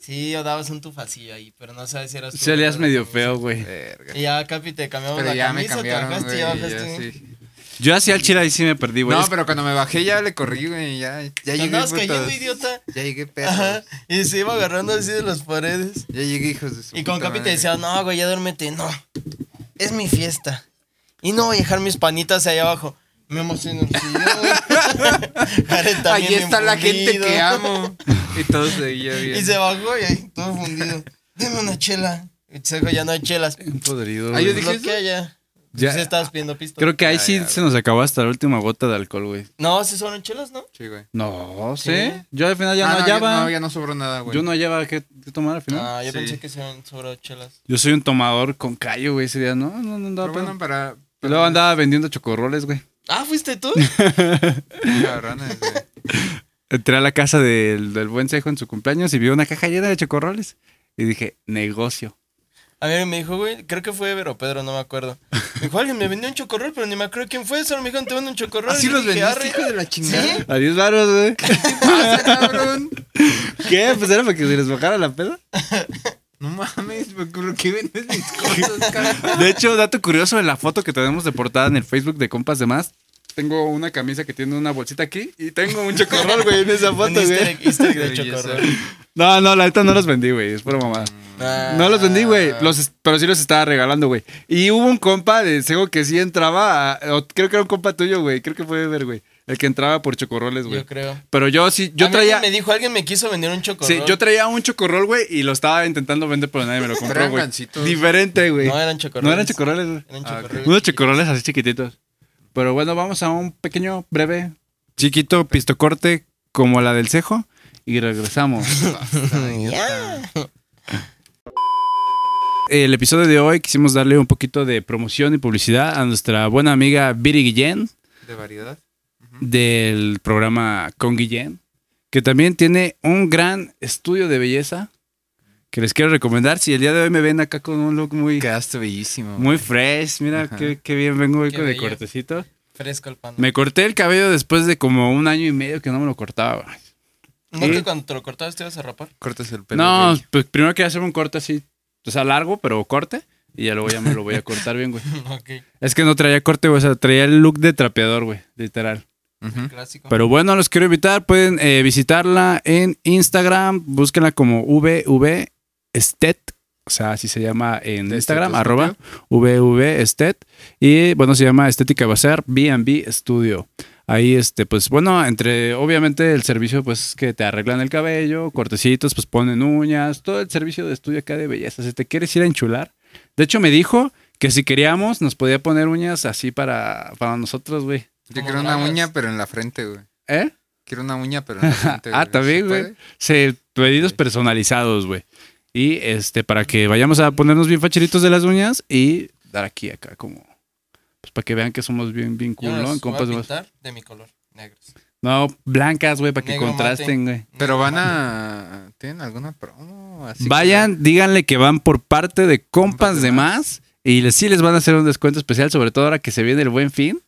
Sí, o dabas un tufacillo ahí, pero no sabes si eras tú Se leas o no, medio no sé. feo, güey. verga. Y ya, Capi, te cambiamos Pero la ya me camisa, te cambiaron, bajaste güey. y ya bajaste. ya sí. Yo hacía el chile ahí sí me perdí, güey. No, Es- pero cuando me bajé ya le corrí, güey. Ya, ya Te llegué, andabas cayendo, putos. idiota. Ya llegué, perros. Ajá. Y se iba agarrando así de las paredes. Ya llegué, hijos de su Y con puta Capi te madre. decía, no, güey, ya duérmete. No, es mi fiesta. Y no voy a dejar mis panitas ahí abajo. Me emocioné. [LAUGHS] Ahí está la gente que amo. [LAUGHS] Y todo [LAUGHS] se veía bien. Y se bajó y ahí, todo fundido. Deme una chela. Y se dijo, ya no hay chelas. Un podrido, Ah, yo güey. dije- Lo que haya. Ya- Ya. Pues estabas pidiendo pisto. Creo que ahí Ya, sí ya, se nos acabó hasta la última gota de alcohol, güey. No, sí son chelas, ¿no? Sí, güey. No, ¿sí? ¿Sí? Yo al final ya Ah, no no, hallaba. ya, no, ya no sobró nada, güey. Yo no hallaba qué, qué tomar al final. Ah, yo Sí. pensé que eran sobre chelas. Yo soy un tomador con callo, güey, ese día. No, no, no andaba Pero pedo. bueno, para. Y Luego andaba vendiendo chocorroles, güey. Ah, [LAUGHS] ¿fuiste tú? Cabrones, güey. Entré a la casa del, del buen cejo en su cumpleaños y vi una caja llena de chocorroles. Y dije, negocio. A mí me dijo, güey, creo que fue Vero Pedro, no me acuerdo. Me dijo, alguien me vendió un chocorrol, pero ni me acuerdo quién fue. Solo me dijeron, te vendo un chocorrol. Así Y los dije, vendiste, "Arre". hijo [LAUGHS] de la chingada. Sí. Adiós, varos, güey. [LAUGHS] ¿Qué [LAUGHS] pasa, cabrón? ¿Qué? Pues era para que se les bajara la peda. No mames, ¿por qué vendes [LAUGHS] mis cosas, cabrón? De hecho, dato curioso de la foto que tenemos de portada en el Facebook de Compas de Más. Tengo una camisa que tiene una bolsita aquí y tengo un chocorrol, güey, en esa foto, Un easter güey. egg, easter [LAUGHS] egg de Qué belleza. chocorrol. No, no, la neta no los vendí, güey. Es pura mamada. Ah. No los vendí, güey. Los, es- pero sí los estaba regalando, güey. Y hubo un compa de Sego que sí entraba. a- o creo que era un compa tuyo, güey. Creo que fue ver, güey. El que entraba por chocorroles, güey. Yo creo. Pero yo sí, A yo mí traía. alguien me dijo, alguien me quiso vender un chocorrol. Sí, yo traía un chocorrol, güey, y lo estaba intentando vender, pero nadie me lo compró, eran güey. gancitos. Diferente, güey. No eran chocorroles. No eran chocorroles, güey. Eran Ah, ok. [LAUGHS] chocorroles. Unos chocorroles así chiquititos. Pero bueno, vamos a un pequeño, breve, chiquito pistocorte como la del cejo y regresamos. [LAUGHS] Ya. El episodio de hoy quisimos darle un poquito de promoción y publicidad a nuestra buena amiga Viri Guillén De variedad. del programa Con Guillén, que también tiene un gran estudio de belleza que les quiero recomendar. Si el día de hoy me ven acá con un look muy, Quedaste bellísimo. muy fresh, mira Ajá. qué, qué bien vengo hoy Qué con el bello. cortecito. Fresco el pan. Me corté el cabello después de como un año y medio que no me lo cortaba. ¿No ¿Eh? que cuando te lo cortabas te ibas a rapar? [LAUGHS] Cortas el pelo. No, güey. pues primero quería hacerme un corte así, o sea, largo, pero corte. Y ya luego ya me lo voy a cortar bien, güey. ok, Es que no traía corte, güey. O sea, traía el look de trapeador, güey. Literal. Ujú. clásico. Pero bueno, los quiero invitar. Pueden eh, visitarla en Instagram. Búsquenla como VVStet. O sea, así se llama en Estet, Instagram. estet. Arroba VVStet. Y bueno, se llama Estética Bazar B&B Studio. Ahí, este, pues bueno, entre obviamente el servicio, pues que te arreglan el cabello, cortecitos, pues ponen uñas, todo el servicio de estudio acá de belleza. Si te quieres ir a enchular. De hecho, me dijo que si queríamos, nos podía poner uñas así para, para nosotros, güey. Yo Como quiero una dragas. uña, pero en la frente, güey. ¿Eh? Quiero una uña, pero en la [LAUGHS] frente. Ah, ¿Se también, güey. puede? Sí, pedidos personalizados, güey. Y este, para que vayamos a ponernos bien facheritos de las uñas y dar aquí acá como. Pues para que vean que somos bien, bien Yo culón, los voy a compas. más- pintar de mi color, negros. No, blancas, güey, para que Negro mate. contrasten, güey. Pero van a. ¿Tienen alguna promo? Así que- Vayan, díganle que van por parte de compas de de más. Y les- sí les van a hacer un descuento especial, sobre todo ahora que se viene el buen fin.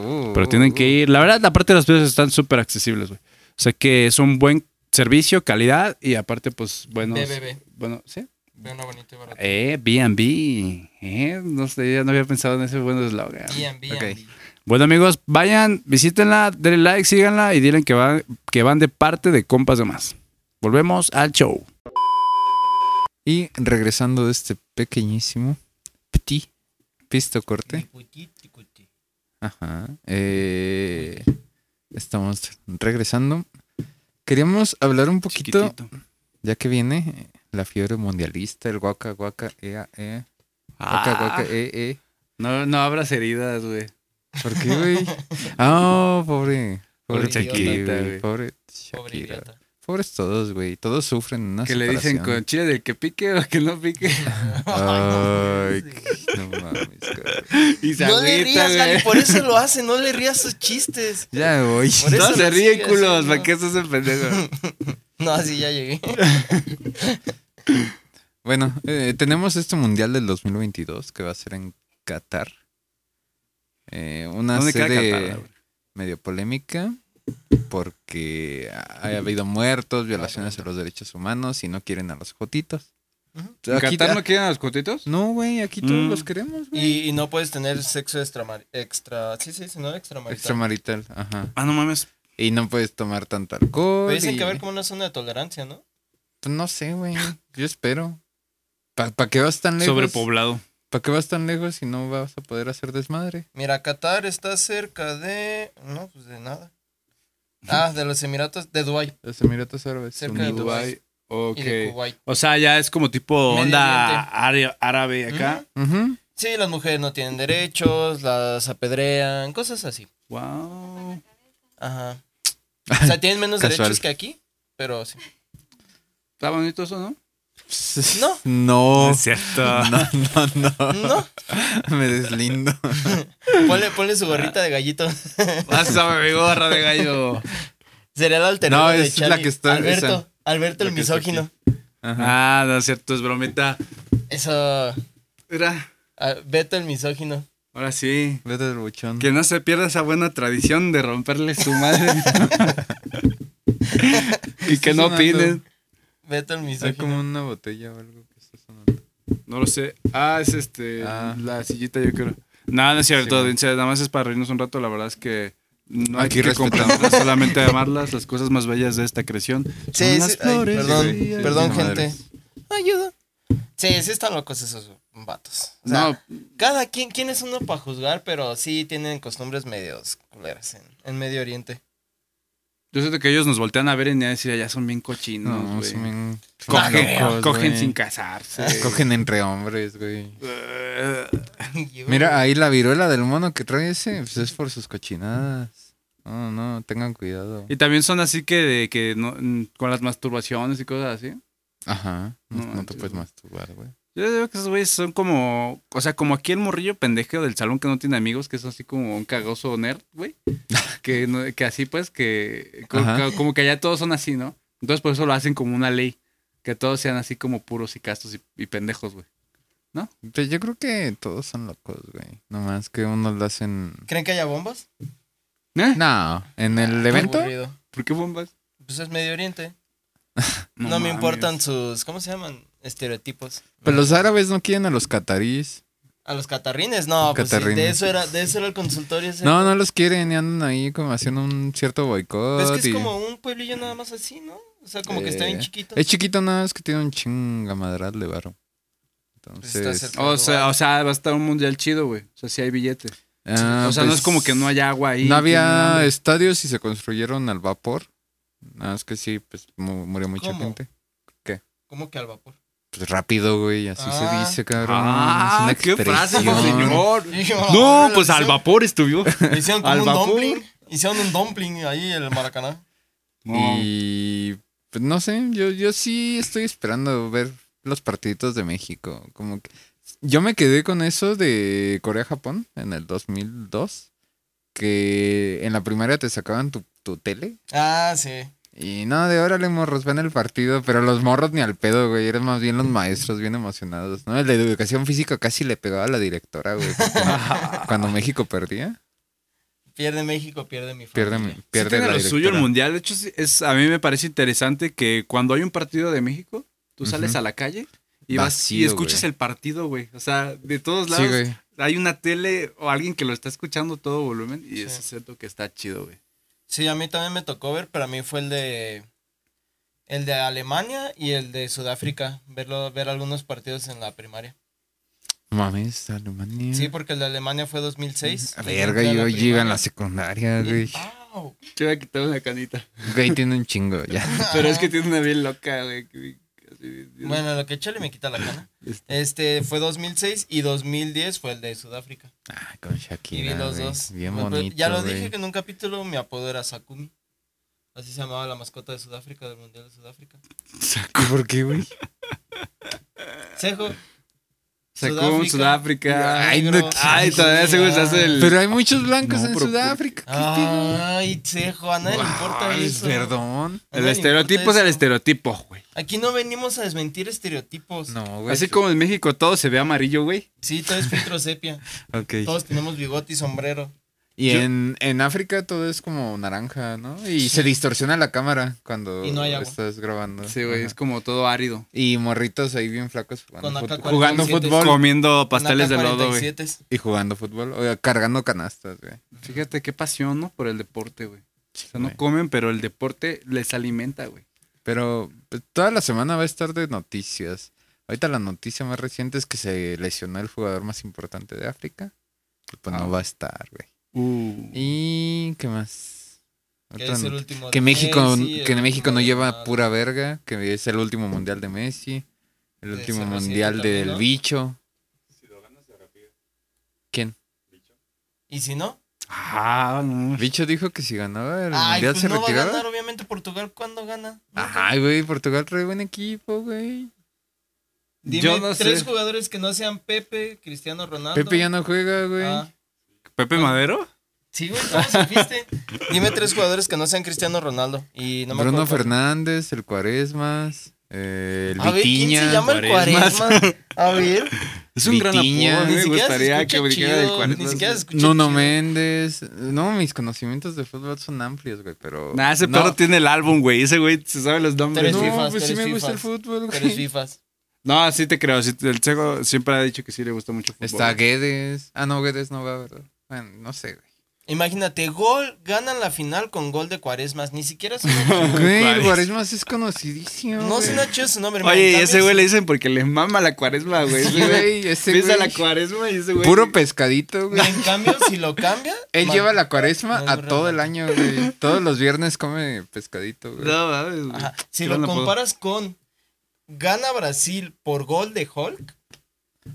Uh, Pero tienen uh, que ir. La verdad, la parte de los precios están súper accesibles, güey. O sea que es un buen servicio, calidad y aparte, pues, buenos. BBB. Bueno, sí. Veo una bonita y barata. Eh, B&B. Eh, no sé, ya no había pensado en ese buen eslogan. Bien, bien. ok. Bueno, amigos, vayan, visítenla, denle like, síganla y dilen que van, que van de parte de compas de más. Volvemos al show. Y regresando de este pequeñísimo. Petit. Pisto corte. Ajá. eh, estamos regresando. Queríamos hablar un poquito. Ya que viene eh, la fiebre mundialista, el guaca, guaca, ea, ea. Guaca, Ah. guaca, eh, eh. no, no abras heridas, güey. ¿Por qué, güey? Ah, pobre. Pobre Pobre Shakira, idiota, güey. güey. Pobre Pobre Shakira. idiota. Pobres todos, güey. Todos sufren una Que le dicen separación. con chile del que pique o que no [LAUGHS] pique. [LAUGHS] Ay, qué- no mames, cabrón. Y se No le agüita, rías, [LAUGHS] Gali, güey. por eso lo hace, no le rías sus chistes. Ya me voy. Por eso No se lo sigue ríen, culos. haciendo. ¿Para qué estás el [LAUGHS] pendejo? No, así ya llegué. Bueno, eh, tenemos este mundial del 2022 que va a ser en Qatar. Eh, una ¿Dónde queda sede Qatar, güey? medio polémica porque ha ha habido muertos, violaciones a los derechos humanos y no quieren a los jotitos. ¿En Aquí- Qatar no quieren a los cotitos? No, güey, aquí todos Mm. los queremos, güey. Y, y no puedes tener sexo extramar extra. Sí, sí, sí, no extramarital. Extramarital, ajá. Ah, no mames. Y no puedes tomar tanto alcohol. Pero dicen y- pues que va a haber como una zona de tolerancia, ¿no? No sé, güey. Yo espero. ¿Para qué vas tan lejos? Sobrepoblado. ¿Para qué vas tan lejos si no vas a poder hacer desmadre? Mira, Qatar está cerca de. No, pues de nada. Ah, de los Emiratos, de Dubái Los Emiratos Árabes Cerca de Unidos. Dubái. Ok. y de Kuwait. O sea, ya es como tipo Medio onda Oriente. área- árabe acá. Ujú. Sí, las mujeres no tienen derechos, las apedrean, cosas así. Wow. Ajá. O sea, tienen menos Casual. derechos que aquí, pero sí. Está bonito eso, ¿no? No. [LAUGHS] No. cierto. [LAUGHS] No, no, no. No, [LAUGHS] Me deslindo. ponle, ponle su gorrita de gallito. [LAUGHS] Pásame mi Ah, gorra de gallo. Sería la alternativa No, de es la Charlie. que está- Alberto, esa. Alberto el La que está misógino. Ah, no es cierto, es bromita. Eso. Era. ah, Vete el misógino. Ahora sí. Vete del buchón. Que no se pierda esa buena tradición de romperle su [LAUGHS] madre. y que no sonando. opinen. Vete el Hay misógino. como una botella o algo que está sonando. No lo sé. Ah, es este. Ah. La sillita, yo creo. No, no es cierto. Sí, en serio, nada más es para reírnos un rato. La verdad es que no hay Aquí que respetamos. comprarlas, [LAUGHS] solamente amarlas. Las cosas más bellas de esta creación son Sí, las sí, ay, flores. perdón, Sí, güey. perdón, sí, gente. madres. Ayuda. Sí, sí están locos esos vatos. O sea, No, Cada quien, quién es uno para juzgar, pero sí tienen costumbres medios culeras en, en Medio Oriente. [LAUGHS] yo siento que ellos nos voltean a ver y ni a decir, ya son bien cochinos, No, güey". son bien- Cogen, son locos, cogen güey. sin casarse. [LAUGHS] Cogen entre hombres, güey. Eh, Mira, ahí la viruela del mono que trae ese, pues es por sus cochinadas. No, no, tengan cuidado. Y también son así que, de, que no- mm, con las masturbaciones y cosas así. Ajá. No, No no te manches, puedes güey. masturbar, güey. Yo digo que esos güeyes son como, o sea, como aquí el morrillo pendejo del salón que no tiene amigos, que es así como un cagoso nerd, güey. Que, no- que así pues, que co- Ajá. co- como, que allá todos son así, ¿no? Entonces por eso lo hacen como una ley, que todos sean así como puros y castos y, y pendejos, güey. Pues yo creo que todos son locos, güey. Nomás que unos lo hacen. ¿Creen que haya bombas? ¿Eh? No, en el Ah, Qué evento. aburrido. ¿Por qué bombas? Pues es Medio Oriente. No, me mames. importan sus, ¿cómo se llaman? Estereotipos. Pero Pues los árabes no quieren a los catarís. A los catarrines, no, pues sí, Catarrines. de eso era, de eso era el consultorio. ese. No, no los quieren y andan ahí como haciendo un cierto boicot. Pues es que y- es como un pueblillo nada más así, ¿no? O sea, como que está bien Eh, chiquito. Es chiquito nada, es que tiene un chingamadral de barro. Pues está Entonces. cerca. O sea, o sea, va a estar un mundial chido, güey. O sea, sí hay billetes. ah, o sea, no pues, es como que no haya agua ahí. No tienen había hambre. estadios y se construyeron al vapor. Nada, es que sí, pues mu- murió mucha ¿Cómo? gente. ¿Cómo que al vapor? Pues rápido, güey, así se Ah. dice, cabrón. es Ah, una qué frase, expresión. señor. No, No, pues al vapor estuvo. [LAUGHS] Hicieron como Al un vapor. dumpling. Hicieron un dumpling ahí en el Maracaná. Y pues no sé, yo, yo sí estoy esperando ver los partiditos de México. Como que yo me quedé con eso de Corea-Japón en el 2002, que en la primaria te sacaban tu, tu tele. Ah, sí. Y no, de órale, morros, ven el partido, pero los morros ni al pedo, güey, eran [LAUGHS] más bien los maestros bien emocionados, ¿no? El de educación física casi le pegaba a la directora, güey, porque [LAUGHS] cuando México perdía, Pierde México, pierde mi pierde, familia. pierde Sí tiene lo la suyo el directora. mundial. De hecho, sí, es, a mí me parece interesante que cuando hay un partido de México, tú sales Ujú. a la calle y vas y Vacío, escuchas güey. el partido, güey. O sea, de todos Sí, lados güey. hay una tele o alguien que lo está escuchando a todo volumen y Sí. eso es cierto que está chido, güey. Sí, a mí también me tocó ver, pero a mí fue el de el de Alemania y el de Sudáfrica, verlo ver algunos partidos en la primaria. Mames, Alemania. Sí, porque el de Alemania fue 2006. Mm. A y Verga, fui a yo llego en la primaria. [LAUGHS] secundaria, güey. Au. Te voy a quitar una canita. Güey, tiene un chingo [LAUGHS] ya. [LAUGHS] Pero es que tiene una bien loca, güey. que- así- Bueno, lo que chale me quita la cana. Este fue 2006 y 2010 fue el de Sudáfrica. Ah, con Y Shakira. vi los güey. dos. Bien Me- bonito. ya lo güey. [LAUGHS] dije que en un capítulo mi apodo era Sakumi. Así se llamaba la mascota de Sudáfrica, del Mundial de Sudáfrica. ¿Y por qué, [LAUGHS] güey? Sejo. Sacó Sudáfrica. Ay, Ay, no, negro, todavía se Argentina. gusta hacer el. Pero hay muchos blancos No, en pero- Sudáfrica. ¿qué Ay, Sejo, a nadie le importa Ay, Ah, eso. Perdón. A nadie El le estereotipo es importa el eso. estereotipo, güey. Aquí no venimos a desmentir estereotipos. No, güey. Así como en México todo se ve amarillo, güey. Sí, todo es filtro sepia. [LAUGHS] Ok. Todos tenemos bigote y sombrero. Y Yo- en, en África todo es como naranja, ¿no? Y se distorsiona la cámara cuando Y no hay agua. estás grabando. Sí, güey, Ah, Ajá. es como todo árido. Y morritos ahí bien flacos jugando, Con fut- AK-47. jugando fútbol. Comiendo pasteles de lodo, güey. 47. Y jugando fútbol. O sea, cargando canastas, güey. Fíjate qué pasión, ¿no? Por el deporte, güey. O sea, Güey. no comen, pero el deporte les alimenta, güey. Pero pues, toda la semana va a estar de noticias. Ahorita la noticia más reciente es que se lesionó el jugador más importante de África. Y, Pues Ah. no va a estar, güey. Uh. ¿Y qué más? Que Otra es el not- último que de México, Messi, el que México no último de lleva Ronaldo. pura verga, que es el último mundial de Messi, el De último CR7 mundial también, del ¿no? bicho. ¿Quién? ¿Y si no? Ah, no. Bicho dijo que si ganaba el Ay, mundial pues se no va a retiraba. ganar, obviamente, Portugal cuando gana. Ay, güey, Portugal trae buen equipo, güey. Dime Yo no tres sé. jugadores que no sean Pepe, Cristiano Ronaldo. Pepe ya no juega, güey. Ah, ¿Pepe Madero? sí, güey, ¿cómo supiste? Dime tres jugadores que no sean Cristiano Ronaldo. Y no me Bruno acuerdo cuál. Fernández, el Cuaresmas. eh, el A ver, ¿quién Vitiña, se llama el Cuaresmas. cuaresma? A [LAUGHS] ver. Es un gran Vitiña. apodo. Ni Me siquiera se gustaría que escucha brincara del chido, cuaresma. ni siquiera se escucha Nuno chido. Méndez. No, mis conocimientos de fútbol son amplios, güey, pero. Nah, ese no. perro tiene el álbum, güey. Ese güey se sabe los nombres. Tres No, güey. fifas, pues tú sí eres me gusta el fifas. fútbol, Pero es güey. FIFAs. No, sí te creo. sí, el Chego siempre ha dicho que sí le gusta mucho fútbol. Está [LAUGHS] Guedes. Ah, no, Guedes no va, ¿verdad? Bueno, no sé, güey. Imagínate, gol, ganan la final con gol de cuaresmas. Ni [LAUGHS] siquiera suena chido. Güey, el Cuaresma. Cuaresmas es conocidísimo. No güey. suena chido su nombre. Oye, y man, ese cambias- güey le dicen porque les mama la cuaresma, güey. Sí, Ese güey güey, ese Pisa la güey. cuaresma y ese güey. Puro pescadito, güey. En cambio, si lo cambia. Él man- lleva la cuaresma No, a no, no. todo el año, güey. Todos los viernes come pescadito, güey. No, mames. güey. Ajá. Si Qué lo gran pues. apodo. comparas con. Gana Brasil por gol de Hulk.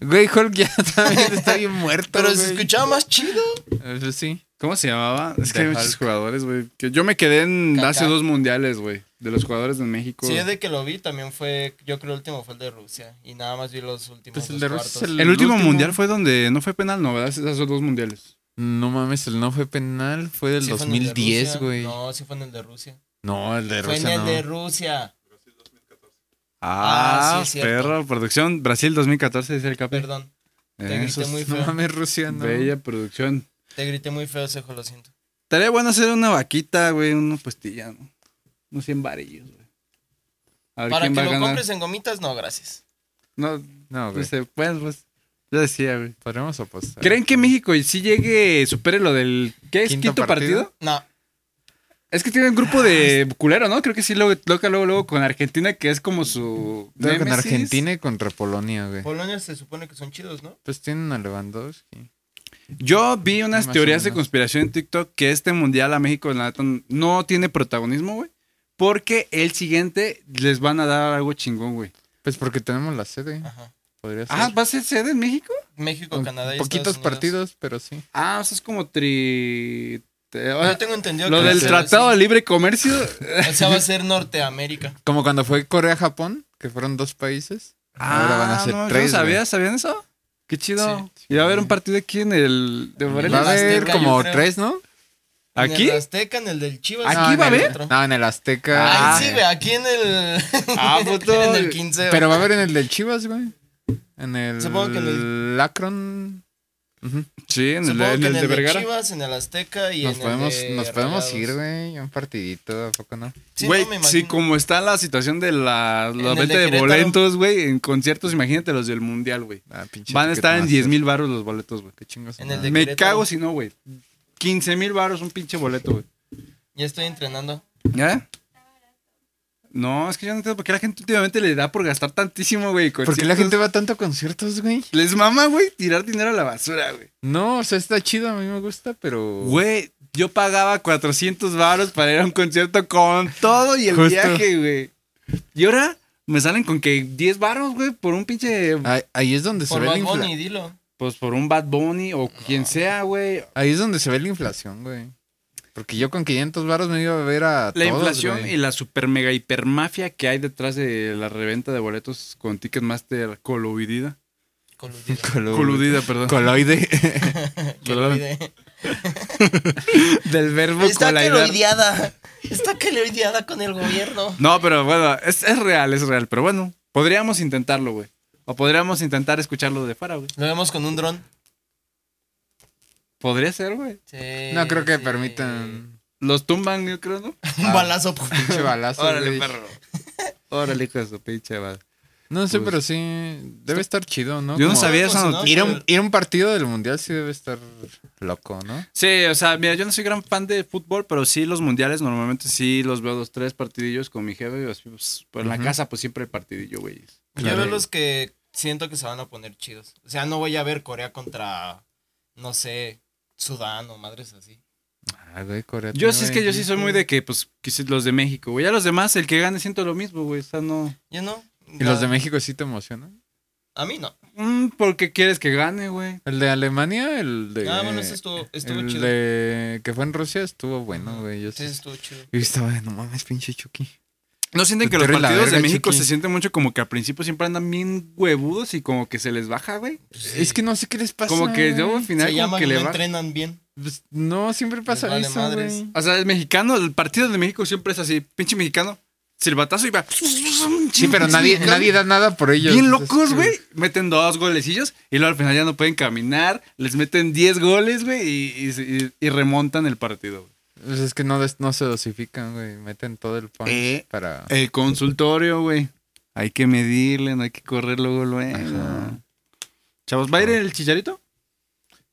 Güey, Hulk ya [LAUGHS] también está bien muerto, Pero se güey. escuchaba más chido. Eh, pues sí. ¿Cómo se llamaba? Es que The hay muchos Hulk. jugadores, güey. que Yo me quedé en Kaká. hace dos mundiales, güey. De los jugadores de México. Sí, de que lo vi también fue. Yo creo el último fue el de Rusia. Y nada más vi los últimos. Pues el dos de Rusia es cuartos. El último mundial fue donde no fue penal, ¿no? ¿Verdad? Esos dos mundiales. No mames, el no fue penal, fue del Sí fue en el de 2010, Rusia. güey. No. No, sí fue en el de Rusia. el de Fue en Rusia el no. de Rusia. Ah, Ah, sí, es cierto. perro. Producción Brasil 2014, dice el Capi. Perdón. Eh, te grité eso es muy No feo. mames, Rusia no. Bella producción. Te grité muy feo, Sejo, lo siento. Estaría bueno hacer una vaquita, güey, una postilla, ¿no? Unos 100 varillos, güey. A ver Para quién que va a lo ganar. compres en gomitas, no, gracias. No, No, güey. pues, eh, pues, pues, yo decía, güey. Podríamos apostar. ¿Creen que México sí llegue, supere lo del... ¿Qué es? ¿Quinto ¿Quinto, partido? partido? No, Es que tiene un grupo de culero, ¿no? Creo que sí lo toca luego, luego con Argentina, que es como su... Creo que en némesis. Argentina y contra Polonia, güey. Polonia se supone que son chidos, ¿no? Pues tienen a Lewandowski. Yo vi unas Más o teorías de menos. conspiración en TikTok que este mundial a México la neta, no tiene protagonismo, güey. Porque el siguiente les van a dar algo chingón, güey. Pues porque tenemos la sede, Ajá. podría ser. Ah, ¿va a ser sede en México? México, Con Canadá y Poquitos Estados Unidos. partidos, pero sí. Ah, o sea, es como tri... te- o sea, Yo tengo entendido lo que del va a ser Tratado de Libre Comercio. así. O sea, va a ser Norteamérica. Como cuando fue Corea-Japón, que fueron dos países. Ah, Ahora van a ser Ah, no, yo tres. No sabía, ¿Sabían eso? Qué chido. Sí. y va a haber un partido aquí en el... De güey. Morelia. Va a En el haber Azteca, como yo creo. tres, ¿no? ¿Aquí? En el Azteca, en el del Chivas. ¿Aquí No, en va a el- haber? otro. No, en el Azteca. Ah. Ay, sí, güey, aquí en el. [LAUGHS] Ah, puto. [LAUGHS] en el 15. güey. Pero va a haber en el del Chivas, güey. En el. Supongo que en el- Lacron. Ujú. Sí, en el, Supongo en que el de Vergara. Chivas, en el Azteca y Nos en podemos, el de nos podemos Rayados. ir, güey. a Un partidito, ¿a poco no? Sí, güey, no, me sí, imagino. como está la situación de la, la En el venta de de, Querétaro. boletos, güey, en conciertos, imagínate los del Mundial, güey. Ah, pinche Van a estar en Ticketmaster. 10 mil baros los boletos, güey. Qué chingos. En el madre. de- Me Querétaro. cago si no, güey. 15 mil baros un pinche boleto, güey. Ya estoy entrenando. ¿Ya? No, es que yo no entiendo por qué la gente últimamente le da por gastar tantísimo, güey. ¿Por qué la gente conciertos. va tanto a conciertos, güey? Les mama, güey, tirar dinero a la basura, güey. No, o sea, está chido, a mí me gusta, pero. Güey, yo pagaba 400 baros para ir a un concierto con todo y el Justo. viaje, güey. Y ahora me salen con que 10 baros, güey, por un pinche... Ahí, ahí es donde se Por ve la Bad infla- Bunny, dilo. Pues por un Bad Bunny o quien sea, güey. Ahí es donde se ve la inflación, güey. Porque yo con 500 varos me iba a ver a La todos, inflación güey. y la super mega hipermafia que hay detrás de la reventa de boletos con Ticketmaster coludida. [LAUGHS] Coludido. Colo- Coludida, perdón. [LAUGHS] Coloide. Coludido. Del verbo Está colaidar. caloideada. Está caloideada con el gobierno. No, pero bueno, es, es real, es real. Pero bueno, podríamos intentarlo, güey. O podríamos intentar escucharlo de fuera, güey. Lo vemos con un dron. Podría ser, güey. Sí, [LAUGHS] No creo que sí. permitan Los tumban, yo creo, [LAUGHS] ¿no? [LAUGHS] Un balazo. pinche balazo. güey. [LAUGHS] Órale, hijo de su pinche madre. No sé, Pues- pero sí. Debe estar chido, ¿no? Yo no Como sabía esa Vamos, noticia. Pues ¿no? Ir a, un, ir a un partido del mundial sí debe estar loco, ¿no? Sí, o sea, mira, yo no soy gran fan de fútbol, pero sí los mundiales normalmente sí los veo dos, tres partidillos con mi jefe. y así, pues, pues, en la Ujú. casa, pues siempre el partidillo, güey. Yo Claro. veo los que siento que se van a poner chidos. O sea, no voy a ver Corea contra, no sé, Sudán o madres así. Ah, güey, Corea Yo tiene sí es que yo sí soy muy de que, pues, que sí, los de México, güey. Ya los demás, el que gane, siento lo mismo, güey. O sea, no. Yo no. ¿Y los de México sí te emocionan? A mí no. Mm, ¿Por qué quieres que gane, güey? El de Alemania, el de. Ah, bueno, ese estuvo, estuvo Eh, el chido. de que fue en Rusia estuvo bueno, güey. Yo Sí, sí. ese estuvo chido. Yo estaba de, no mames, pinche Chucky. ¿No sienten Te que los corre la partidos de verga, México Chiqui. se sienten mucho como que al principio siempre andan bien huevudos y como que se les baja, güey? Pues Sí. Es que no sé qué les pasa. Como que yo güey. al final se como llaman que y le no baja. entrenan bien. Pues, no, siempre pasa vale eso, madres. güey. O sea, el mexicano, el partido de México siempre es así, pinche mexicano. silbatazo y va. Sí, pero nadie, nadie da nada por ellos. pues, Bien locos, güey. Meten dos golecillos y luego al final ya no pueden caminar. Les meten 10 goles, güey, y, y se- y- y remontan el partido. güey. Pues es que no, des- no se dosifican, güey. Meten todo el punch Eh, para. El consultorio, güey. Hay que medirle, no hay que correr luego, luego. Ajá. Chavos, ¿va a ir el chicharito?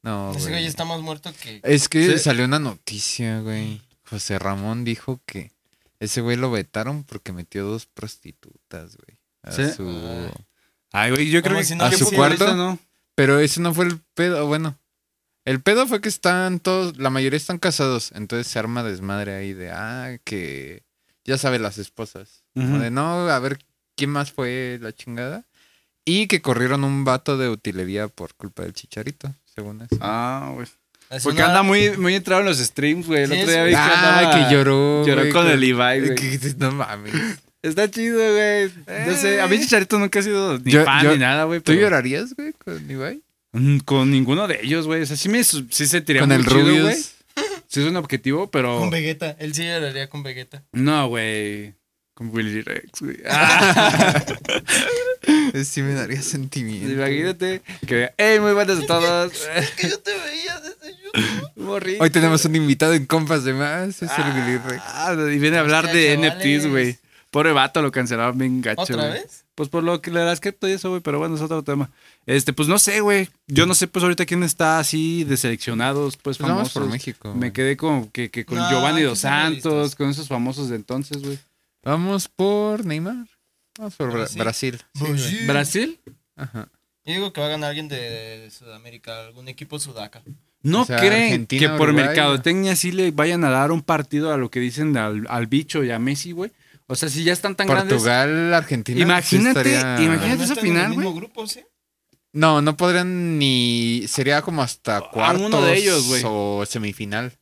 No, Ese güey. güey está más muerto que. Es que Sí. salió una noticia, güey. José Ramón dijo que ese güey lo vetaron porque metió dos prostitutas, güey. a Sí. su- Ay. Ay, güey, yo creo Como que si no ¿a hubiera su sido. cuarto, ¿no? Pero ese no fue el pedo, bueno. El pedo fue que están todos, la mayoría están casados, entonces se arma desmadre ahí de, ah, que ya sabe las esposas. Como Ujú. De no, a ver quién más fue la chingada. Y que corrieron un vato de utilería por culpa del chicharito, según eso. Ah, güey. Es Porque una- anda muy, muy entrado en los streams, güey. El Sí, otro es- día vi que Ah, andaba- que lloró. lloró güey, con el Ibai, güey. que- No mames. Está chido, güey. No sé, a mí Eh. Chicharito nunca ha sido ni Yo- fan yo- ni nada, güey. ¿Tú pero- llorarías, güey, con Ibai? Mm, Con ninguno de ellos, güey. O sea, sí me su- sí sentiría Con muy el chido, güey. Rubius. Sí es un objetivo, pero... Con Vegeta. Él sí lloraría [LAUGHS] con Vegeta. No, güey. Con Willy Rex, güey. Ah, sí me daría sentimiento. Imagínate que... ¡Ey, muy buenas a todos! [LAUGHS] que yo te veía desde YouTube. Morrito. Hoy tenemos un invitado en compas de más, es el Willy Rex. Ah, y viene a hablar de Hostia, NFTs, güey. chavales. Pobre vato, lo cancelaron bien gacho, ¿Otra güey. vez? Pues por lo que le das cripto y eso, güey, pero bueno, es otro tema. Este, pues no sé, güey. Yo no sé, pues ahorita quién está así de seleccionados, pues Pues vamos famosos. por México. Me güey. quedé con, que, que con No, Giovanni hay que Dos ser realistas. Santos, con esos famosos de entonces, güey. Vamos por Neymar. Vamos por Bra- Brasil. Brasil. Sí, güey. ¿Brasil? Ajá. Yo digo que va a ganar alguien de Sudamérica, algún equipo sudaca. ¿No O sea, creen Argentina, que por Uruguay, mercadotecnia sí le vayan a dar un partido a lo que dicen al, al bicho y a Messi, güey? O sea, si ya están tan grandes. Portugal, Argentina. sí Imagínate, estaría- imagínate. Pero esa están en el final, mismo grupo, sí? No, no podrían ni. Sería como hasta cuartos uno de ellos, güey. o semifinal.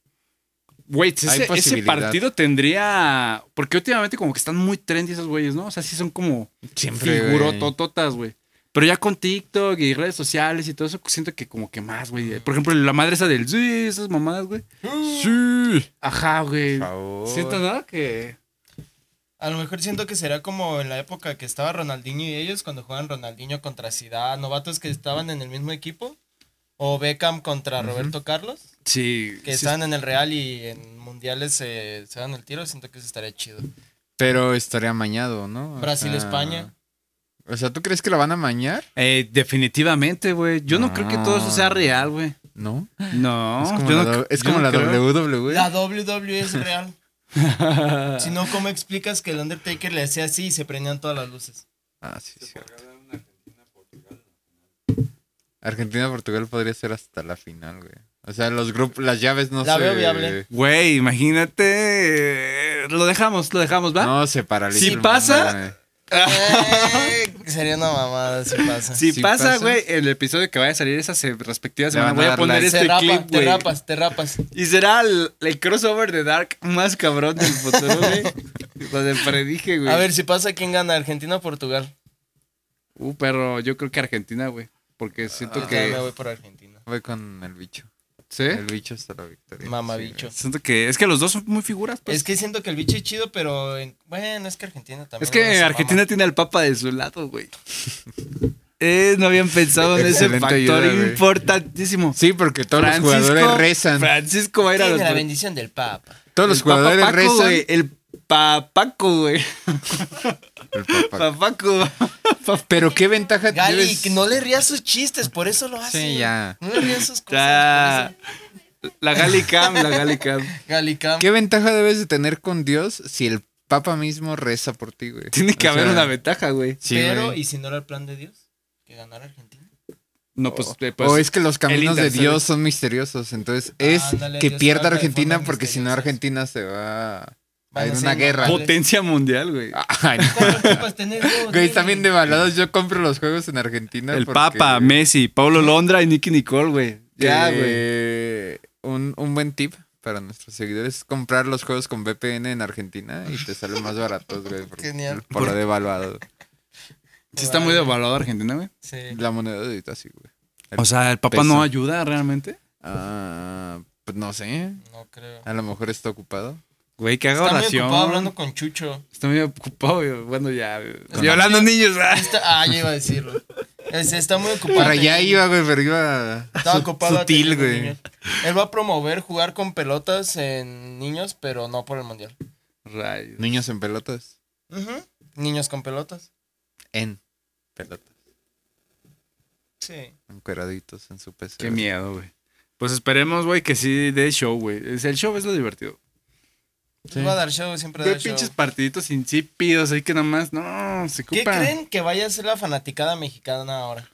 Güey, ese, Hay ese posibilidad. partido tendría. Porque últimamente, como que están muy trendy esos güeyes, ¿no? O sea, sí son como Siempre. güey. figurotototas, güey. Pero ya con TikTok y redes sociales y todo eso, siento que como que más, güey. Por ejemplo, la madre esa del. Sí, esas mamadas, güey. Sí. Ajá, güey. Por favor. Siento nada que. A lo mejor siento que será como en la época que estaba Ronaldinho y ellos cuando juegan Ronaldinho contra Zidane, novatos que estaban en el mismo equipo, o Beckham contra Roberto Carlos, Sí. que sí, estaban en el Real y en mundiales se, se dan el tiro, siento que eso estaría chido. Pero estaría amañado, ¿no? O Brasil, sea, España. O sea, ¿tú crees que la van a amañar? Eh, definitivamente, güey. Yo no, creo que todo eso sea real, güey. No. No. Ah. es como yo la, no- do- es yo como no la E. creo. WWE. La WWE es real. [LAUGHS] si no, ¿cómo explicas que el Undertaker le hacía así y se prendían todas [LAUGHS] las luces? Ah, sí, es cierto. Argentina-Portugal podría ser hasta la final, güey. O sea, los grupos, las llaves no La se... veo viable. Güey, imagínate. Lo dejamos, lo dejamos, ¿va? No, se paraliza. Si el mundo, pasa- güey. Eh, sería una mamada si pasa. Si Si pasa, pasa. güey, el episodio que vaya a salir esa se- respectiva semana, van a voy a dar poner like. este Se rapa, clip, te güey. rapas, te rapas. Y será el, el crossover de Dark más cabrón del futuro, güey. [LAUGHS] Donde predije, güey. A ver, si pasa, ¿quién gana? ¿Argentina o Portugal? Uh, pero yo creo que Argentina, güey. Porque siento Ah, Yo también que. me voy por Argentina. Voy con el bicho. ¿Sí? El bicho hasta la victoria. Mamabicho. Este, Sí, Siento que. Es que los dos son muy figuras, pues. Es que siento que el bicho es chido, pero en- bueno, es que Argentina también. Es que se Argentina mama. tiene al Papa de su lado, güey. [LAUGHS] Eh, no habían pensado en ese Excelente factor ayuda, güey. importantísimo. güey. Sí, porque todos los jugadores rezan. Francisco va a ir a Tiene los. la bendición del Papa. Todos los el Papa jugadores Paco, rezan. güey, el papaco, güey. El Papa. Papaco. [LAUGHS] Pero qué ventaja Gali, debes- que no le rías sus chistes, por eso lo hace. Sí, ya. No le [LAUGHS] rías sus cosas. Ya. La Galicam, la [LAUGHS] Galicam. por eso. Gali Cam. ¿Qué ventaja debes de tener con Dios si el Papa mismo reza por ti, güey? Tiene que O sea, haber una ventaja, güey. sí, pero, güey. ¿y si no era el plan de Dios? Que ganara Argentina. No, pues, eh, pues, o es que los caminos de intercede. Dios son misteriosos, entonces es Ah, Ándale, que Dios pierda trata de Argentina formas porque si no misteriosas. Argentina [LAUGHS] se va a Van ir a Ah, una ser guerra. normales. [LAUGHS] potencia mundial, güey. Ay, ¿Cuántas copas [LAUGHS] tenés vos, güey, Gali? están bien devalados. Yo compro los juegos en Argentina. el porque- Papa, Messi, Paulo Londra y Nicky Nicole, güey. Ya, güey. Eh, un, un buen tip para nuestros seguidores es comprar los juegos con VPN en Argentina y te salen más baratos, güey. Por, Genial. Por lo devaluado. Sí está muy devaluado Argentina, güey. Sí. La moneda de ahorita sí, güey. O sea, el Papa Peso. no ayuda realmente. Ah, pues no sé. No creo. A lo mejor está ocupado. Güey, que haga Está muy oración. ocupado hablando con Chucho. Está muy ocupado. yo- Bueno, ya. Y hablando niños. ah. Está- ah, ya iba a decirlo. Es- Está muy ocupado. Para allá teniendo- iba, güey, pero iba. Estaba su- ocupado Sutil, atendiendo güey. niños. Él va a promover jugar con pelotas en niños, pero no por el mundial. Rayos. Niños en pelotas. Niños con pelotas. En pelotas. Sí. Encueraditos en su PC. Qué miedo, güey. Pues esperemos, güey, que sí dé show, güey. Es- El show es lo divertido. Va a dar show, siempre Güey, da show. pinches partiditos insípidos ahí que nomás. No, se ¿Qué ocupa. creen que vaya a ser la fanaticada mexicana ahora?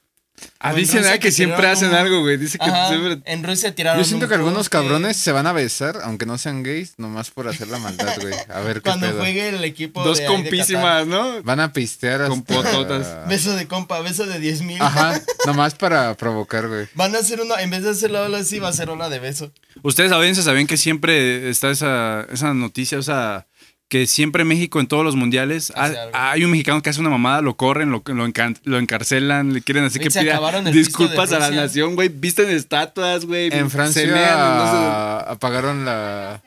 Ah, O en dicen Rusia ah, que que siempre tiraron hacen un- algo, güey. Dice que Ajá, siempre. en Rusia tiraron. Yo siento un que algunos poste. cabrones se van a besar, aunque no sean gays, nomás por hacer la maldad, güey. A ver qué Cuando pedo. juegue el equipo. Dos de ahí de compísimas, ¿no? Van a pistear Con hasta- pototas. Qatar. Beso de compa, beso de 10 mil. Ajá, nomás para provocar, güey. Van a hacer una. En vez de hacer la ola así, va a ser ola de beso. Ustedes, audiencia, saben que siempre está esa, esa noticia, o sea, que siempre México en todos los mundiales Hace ha- algo. hay un mexicano que hace una mamada, lo corren, lo, lo, encan- lo encarcelan, le quieren así Güey, que se pida acabaron el disculpas a pisto de la Rusia. nación, güey. Visten estatuas, güey. En Francia cenean, no sé. apagaron la.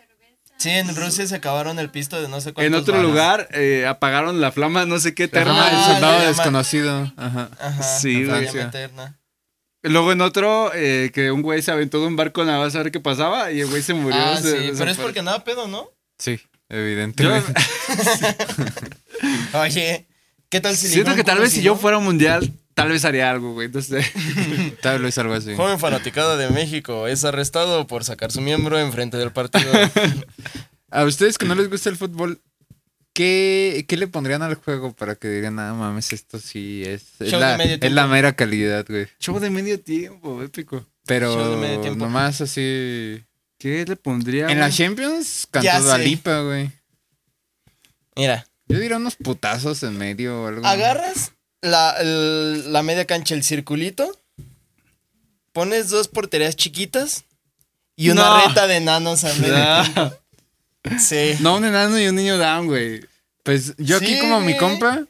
Sí, en Rusia se acabaron el pisto de no sé cuántos En otro varos. lugar eh, apagaron la flama, no sé qué Terna terna. Ajá. Ah, del eso. soldado llama- desconocido. Ajá. Ajá, Sí, la güey. llama eterna. Luego en otro, eh, que un güey se aventó de un barco nada más a ver qué pasaba y el güey se murió. Ah, se- sí, pero es desapareció. porque nada pedo, ¿no? Sí, [LAUGHS] evidentemente. Yo- Oye, ¿qué tal [LAUGHS] si siento limón que tal con vez si yo limón? fuera un mundial, tal vez haría algo, güey. Entonces, [LAUGHS] Tal vez algo así. Joven fanaticada de México es arrestado por sacar su miembro enfrente del partido. [LAUGHS] A ustedes que no les gusta el fútbol, ¿qué, qué le pondrían al juego para que digan, ah, mames, esto sí es, es, Show de la, medio es tiempo. la mera calidad, güey? show de medio tiempo, épico. Pero Show de medio tiempo. nomás así. ¿Qué le pondría? En la güey? Champions Ya cantó sé. Dalipa, güey. Mira, Yo diría unos putazos en medio o algo. agarras la, el- la media cancha, el circulito, pones dos porterías chiquitas y una No. reta de enanos a medio. Ah, Sí. No, un enano y un niño down, güey. Pues yo aquí Sí, como mi güey. compa,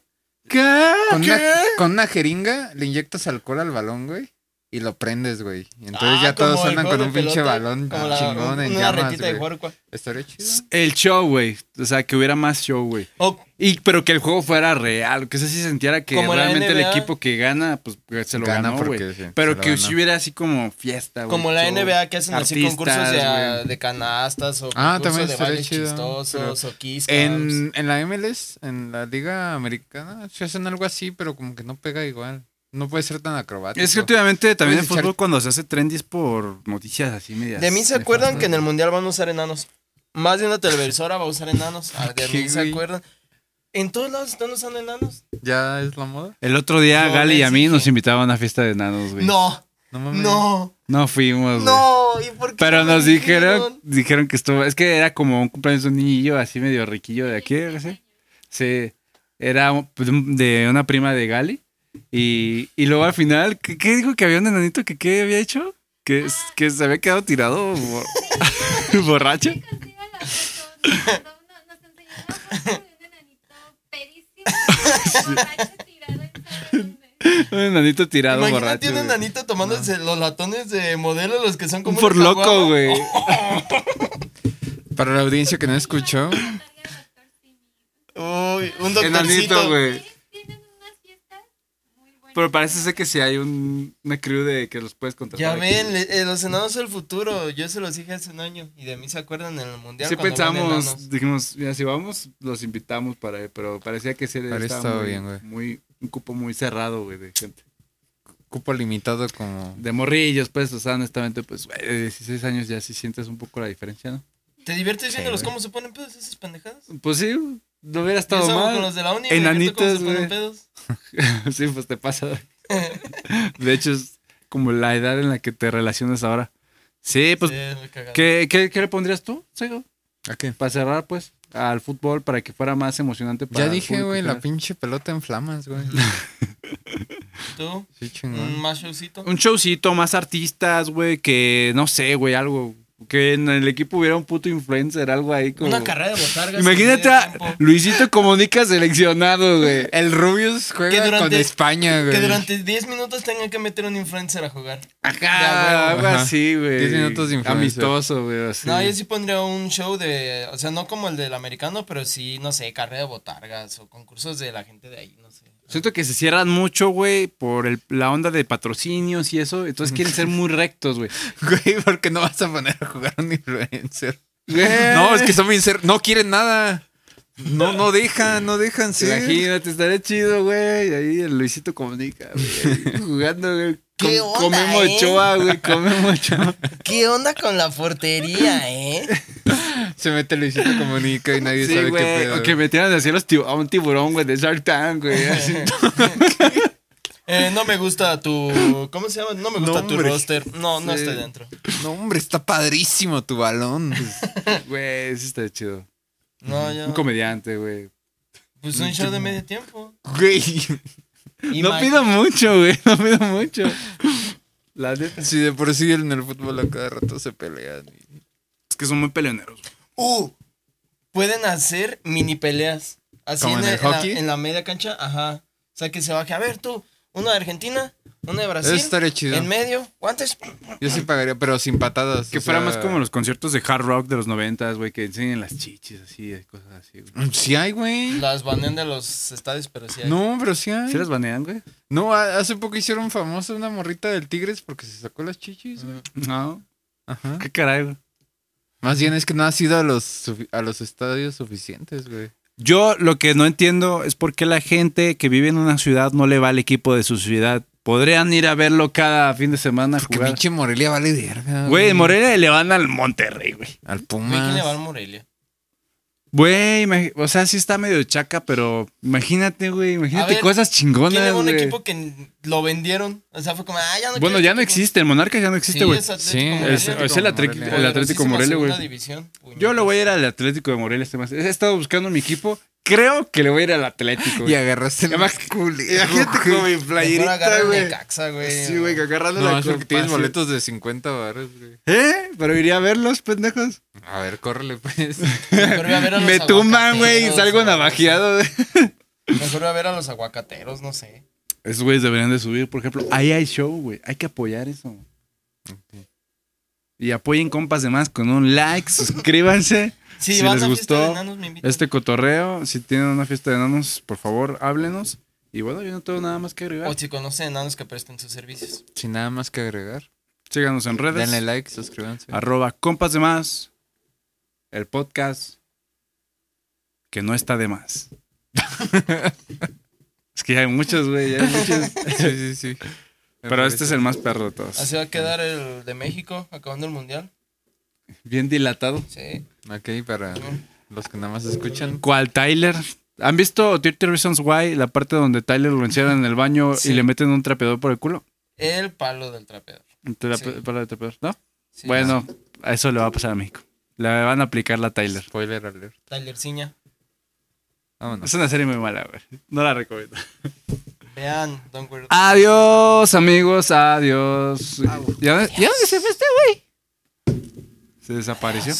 ¿Qué? con una, ¿Qué? con una jeringa le inyectas alcohol al balón, güey. Y lo prendes, güey. Y Entonces Ah, ya todos como el andan juego con de un pinche pelota, balón como la- chingón en una llamas, retita de güey. Ah, Juarcua. Estaría chido. El show, güey. O sea, que hubiera más show, güey. O Y, pero que el juego fuera real, que se sí sintiera que Como la realmente el NBA. equipo que gana, pues que se lo Gana ganó, porque güey. sí, se pero lo que ganó. si hubiera así como fiesta, güey. Como la show. NBA que hacen así concursos de, Artistas, de canastas o Ah, concursos también de estaría bailes chido, chistosos o kiss cams. En, en la MLS, en la liga americana, se hacen algo así, pero como que no pega igual. No puede ser tan acrobático. Es que últimamente también el Puedes echar- fútbol cuando se hace trendy es por noticias así medias. De mí se acuerdan nefastas. que en el mundial van a usar enanos. Más de una televisora va a usar enanos. Ah, De mí Ok, se güey. acuerdan. En todos lados están usando enanos. ¿Ya es la moda? El otro día Yo Gali y les a mí dije- nos invitaban a una fiesta de enanos, güey. No, No mames. no, No fuimos, güey. no. ¿Y por qué Pero no me nos dijeron, dijeron que estuvo, es que era como un cumpleaños de un niñillo así medio riquillo de aquí, ¿sí? Sí, era un- pues, un- de una prima de Gali. Y, y luego al final, ¿qué, qué dijo que había un enanito que qué había hecho? Que, s- que se había quedado tirado bor- [LAUGHS] borracho. contigo la foto, nos mandó una- nos enseñó una foto de un enanito pedísimo, borracho, tirado en dónde. Un enanito tirado Imagínate borracho. un güey. enanito tomándose los latones de modelo, los que son Un como. por una loco, caguama. güey. Para la audiencia que no escuchó, Uy, un Enanito, doctorcito. güey. Tienen unas fiestas muy buenas. Pero parece ser que si hay un, una crew de que los puedes contratar. Ya aquí. ven, le- eh, los enanos del futuro. Yo se los dije hace un año y de mí se acuerdan en el mundial. Sí cuando van pensamos, enanos. dijimos, mira, si vamos, los invitamos para, pero parecía que sí Pero estaba estaba muy, bien, güey. muy- un cupo muy cerrado, güey, de gente. cupo limitado como... De morrillos, pues, o sea, honestamente, pues, güey, de 16 años ya sí sientes un poco la diferencia, ¿no? ¿Te diviertes Sí, viéndolos güey. cómo se ponen pedos esas pendejadas? Pues sí, no hubiera Yo estado salgo mal. con los de la uni, güey, ¿y tú Enanitos, cómo se ponen güey. pedos? [LAUGHS] sí, pues te pasa. De hecho, es como la edad en la que te relacionas ahora. Sí, pues, Sí, muy cagado. ¿qué, qué, qué le pondrías tú, Sego? ¿A qué? Para cerrar, pues, al fútbol, para que fuera más emocionante. Para Ya el dije, público güey, en la general. pinche pelota en flamas, güey. ¿Tú? Sí, ¿Un Mm. chingón. más showcito? Un showcito, más artistas, güey, que no sé, güey, algo. que en el equipo hubiera un puto influencer, algo ahí como. Una carrera de botargas. Imagínate en a medio tiempo. Luisito Comunica seleccionado, güey. El Rubius Que juega durante- con España, güey. Que durante 10 minutos tenga que meter un influencer a jugar. Ajá, algo Ajá. así, güey. Diez minutos de influencer. Amistoso, güey. así. No, yo sí pondría un show de. O sea, no como el del americano, pero sí, no sé, carrera de botargas o concursos de la gente de ahí, no sé. Siento que se cierran mucho, güey, por el- la onda de patrocinios y eso. Entonces quieren ser muy rectos, güey. [LAUGHS] Güey, ¿por qué no vas a poner a jugar a un influencer? [LAUGHS] Eh. Güey. No, es que son bien ser... No quieren nada. No, no dejan, no dejan, sí. Imagínate, estaría chido, güey. Ahí el Luisito comunica, güey. ahí Jugando, güey. ¿Qué Com- onda, comemos eh? choa, güey. Comemos choa. ¿Qué onda con la [LAUGHS] portería, eh? Se mete Luisito Comunica y nadie Sí, sabe güey. qué pedo. O que metieran así a, los tib- a un tiburón, güey, de Shark Tank, [LAUGHS] güey. así. Eh, no me gusta tu. ¿Cómo se llama? No me gusta tu Nombre. roster. No, no Sí. estoy dentro. No, hombre, está padrísimo tu balón. Güey, eso estaría chido. No, yo. Un comediante, güey. Pues un show de medio tiempo. Güey, Pues, No Ima- pido mucho, güey. No pido mucho. La neta. si de por sí en el fútbol a cada rato se pelean. y- Es que son muy peleoneros. Uh, pueden hacer mini peleas. Así ¿Como en, en el el- en la, hockey? en la media cancha, ajá. O sea, que se baje. A ver, tú, una de Argentina, una de Brasil. Eso estaría chido. En medio, guantes. Yo sí pagaría, pero sin patadas. Que o fuera sea, más como los conciertos de hard rock de los noventas, güey, que enseñen las chichis, así, cosas así, güey. Sí hay, güey. Las banean de los estadios, pero sí hay. No, pero sí hay. ¿Se las banean, güey? No, ha- hace poco hicieron famosa una morrita del Tigres porque se sacó las chichis, güey. No. Ajá. ¿Qué caray, güey? Más bien es que no has ido a los, sufi- a los estadios suficientes, güey. Yo lo que no entiendo es por qué la gente que vive en una ciudad no le va al equipo de su ciudad. Podrían ir a verlo cada fin de semana a Porque jugar. pinche Morelia vale verga. Güey, en Morelia le van al Monterrey, güey. Al Güey, ¿quién le va al Pumas. Morelia? Güey, imag- o sea, sí está medio chaca, pero imagínate, güey, imagínate ver, cosas ¿Quién le chingonas, va a un güey. equipo que n- lo vendieron? O sea, fue como, ah, ya no Bueno, quiero ya este no equipo. existe, el Monarca ya no existe, Sí, güey. es Sí, Atlético Es, Morelia. es el, Atlético- Morelia. el Atlético Poderosísima Morelia, güey. segunda división, puñetas. Yo le voy a ir al Atlético de Morelia este mes. He estado buscando mi equipo. Creo que le voy a ir al Atlético. Y güey. agarraste el Además, Imagínate güey. con mi Mejor agarra playerita, el güey. Necaxa, güey. Sí, güey, que agarrando No, la es porque copa, tienes sí. boletos de 50 baros, güey. ¿Eh? Pero iría a verlos, pendejos. A ver, córrele, [LAUGHS] pues. Mejor voy a ver a los Me tumban, güey, y aguacateros, salgo güey. navajeado. güey. Mejor voy a ver a los aguacateros, no sé. Esos güeyes deberían de subir, por ejemplo. Ahí hay show, güey. Hay que apoyar eso. Y apoyen compas de más con un like, [LAUGHS] suscríbanse. Sí, Si van les a fiesta de gustó enanos, me invitan. Este cotorreo, si tienen una fiesta de enanos, por favor, háblenos. Y bueno, yo no tengo nada más que agregar. O si conocen enanos que presten sus servicios. Sin nada más que agregar. Síganos en redes. Ah, Denle like, suscríbanse. arroba compas de más, el podcast que no está de [LAUGHS] más. es que ya hay muchos, güey, ya hay muchos. Sí, sí, sí. Me Pero este parece. es el más perro de todos. Así va a quedar el de México, acabando el mundial. Bien dilatado. Sí. Ok, para los que nada más escuchan. ¿Cuál Tyler? ¿Han visto 30 Reasons Why? La parte donde Tyler lo encierran en el baño Sí. y le meten un trapeador por el culo. El palo del trapeador. Un trape- Sí. palo de trapeador, ¿no? Sí. bueno, a eso le va a pasar a México. Le van a aplicar la Tyler. Spoiler alert. Tylerciña. Vámonos. Es una serie muy mala, güey. No la recomiendo. Vean, don't worry. Adiós, amigos, adiós. ¿Ya, dónde- ya dónde se fue este güey? Se desapareció.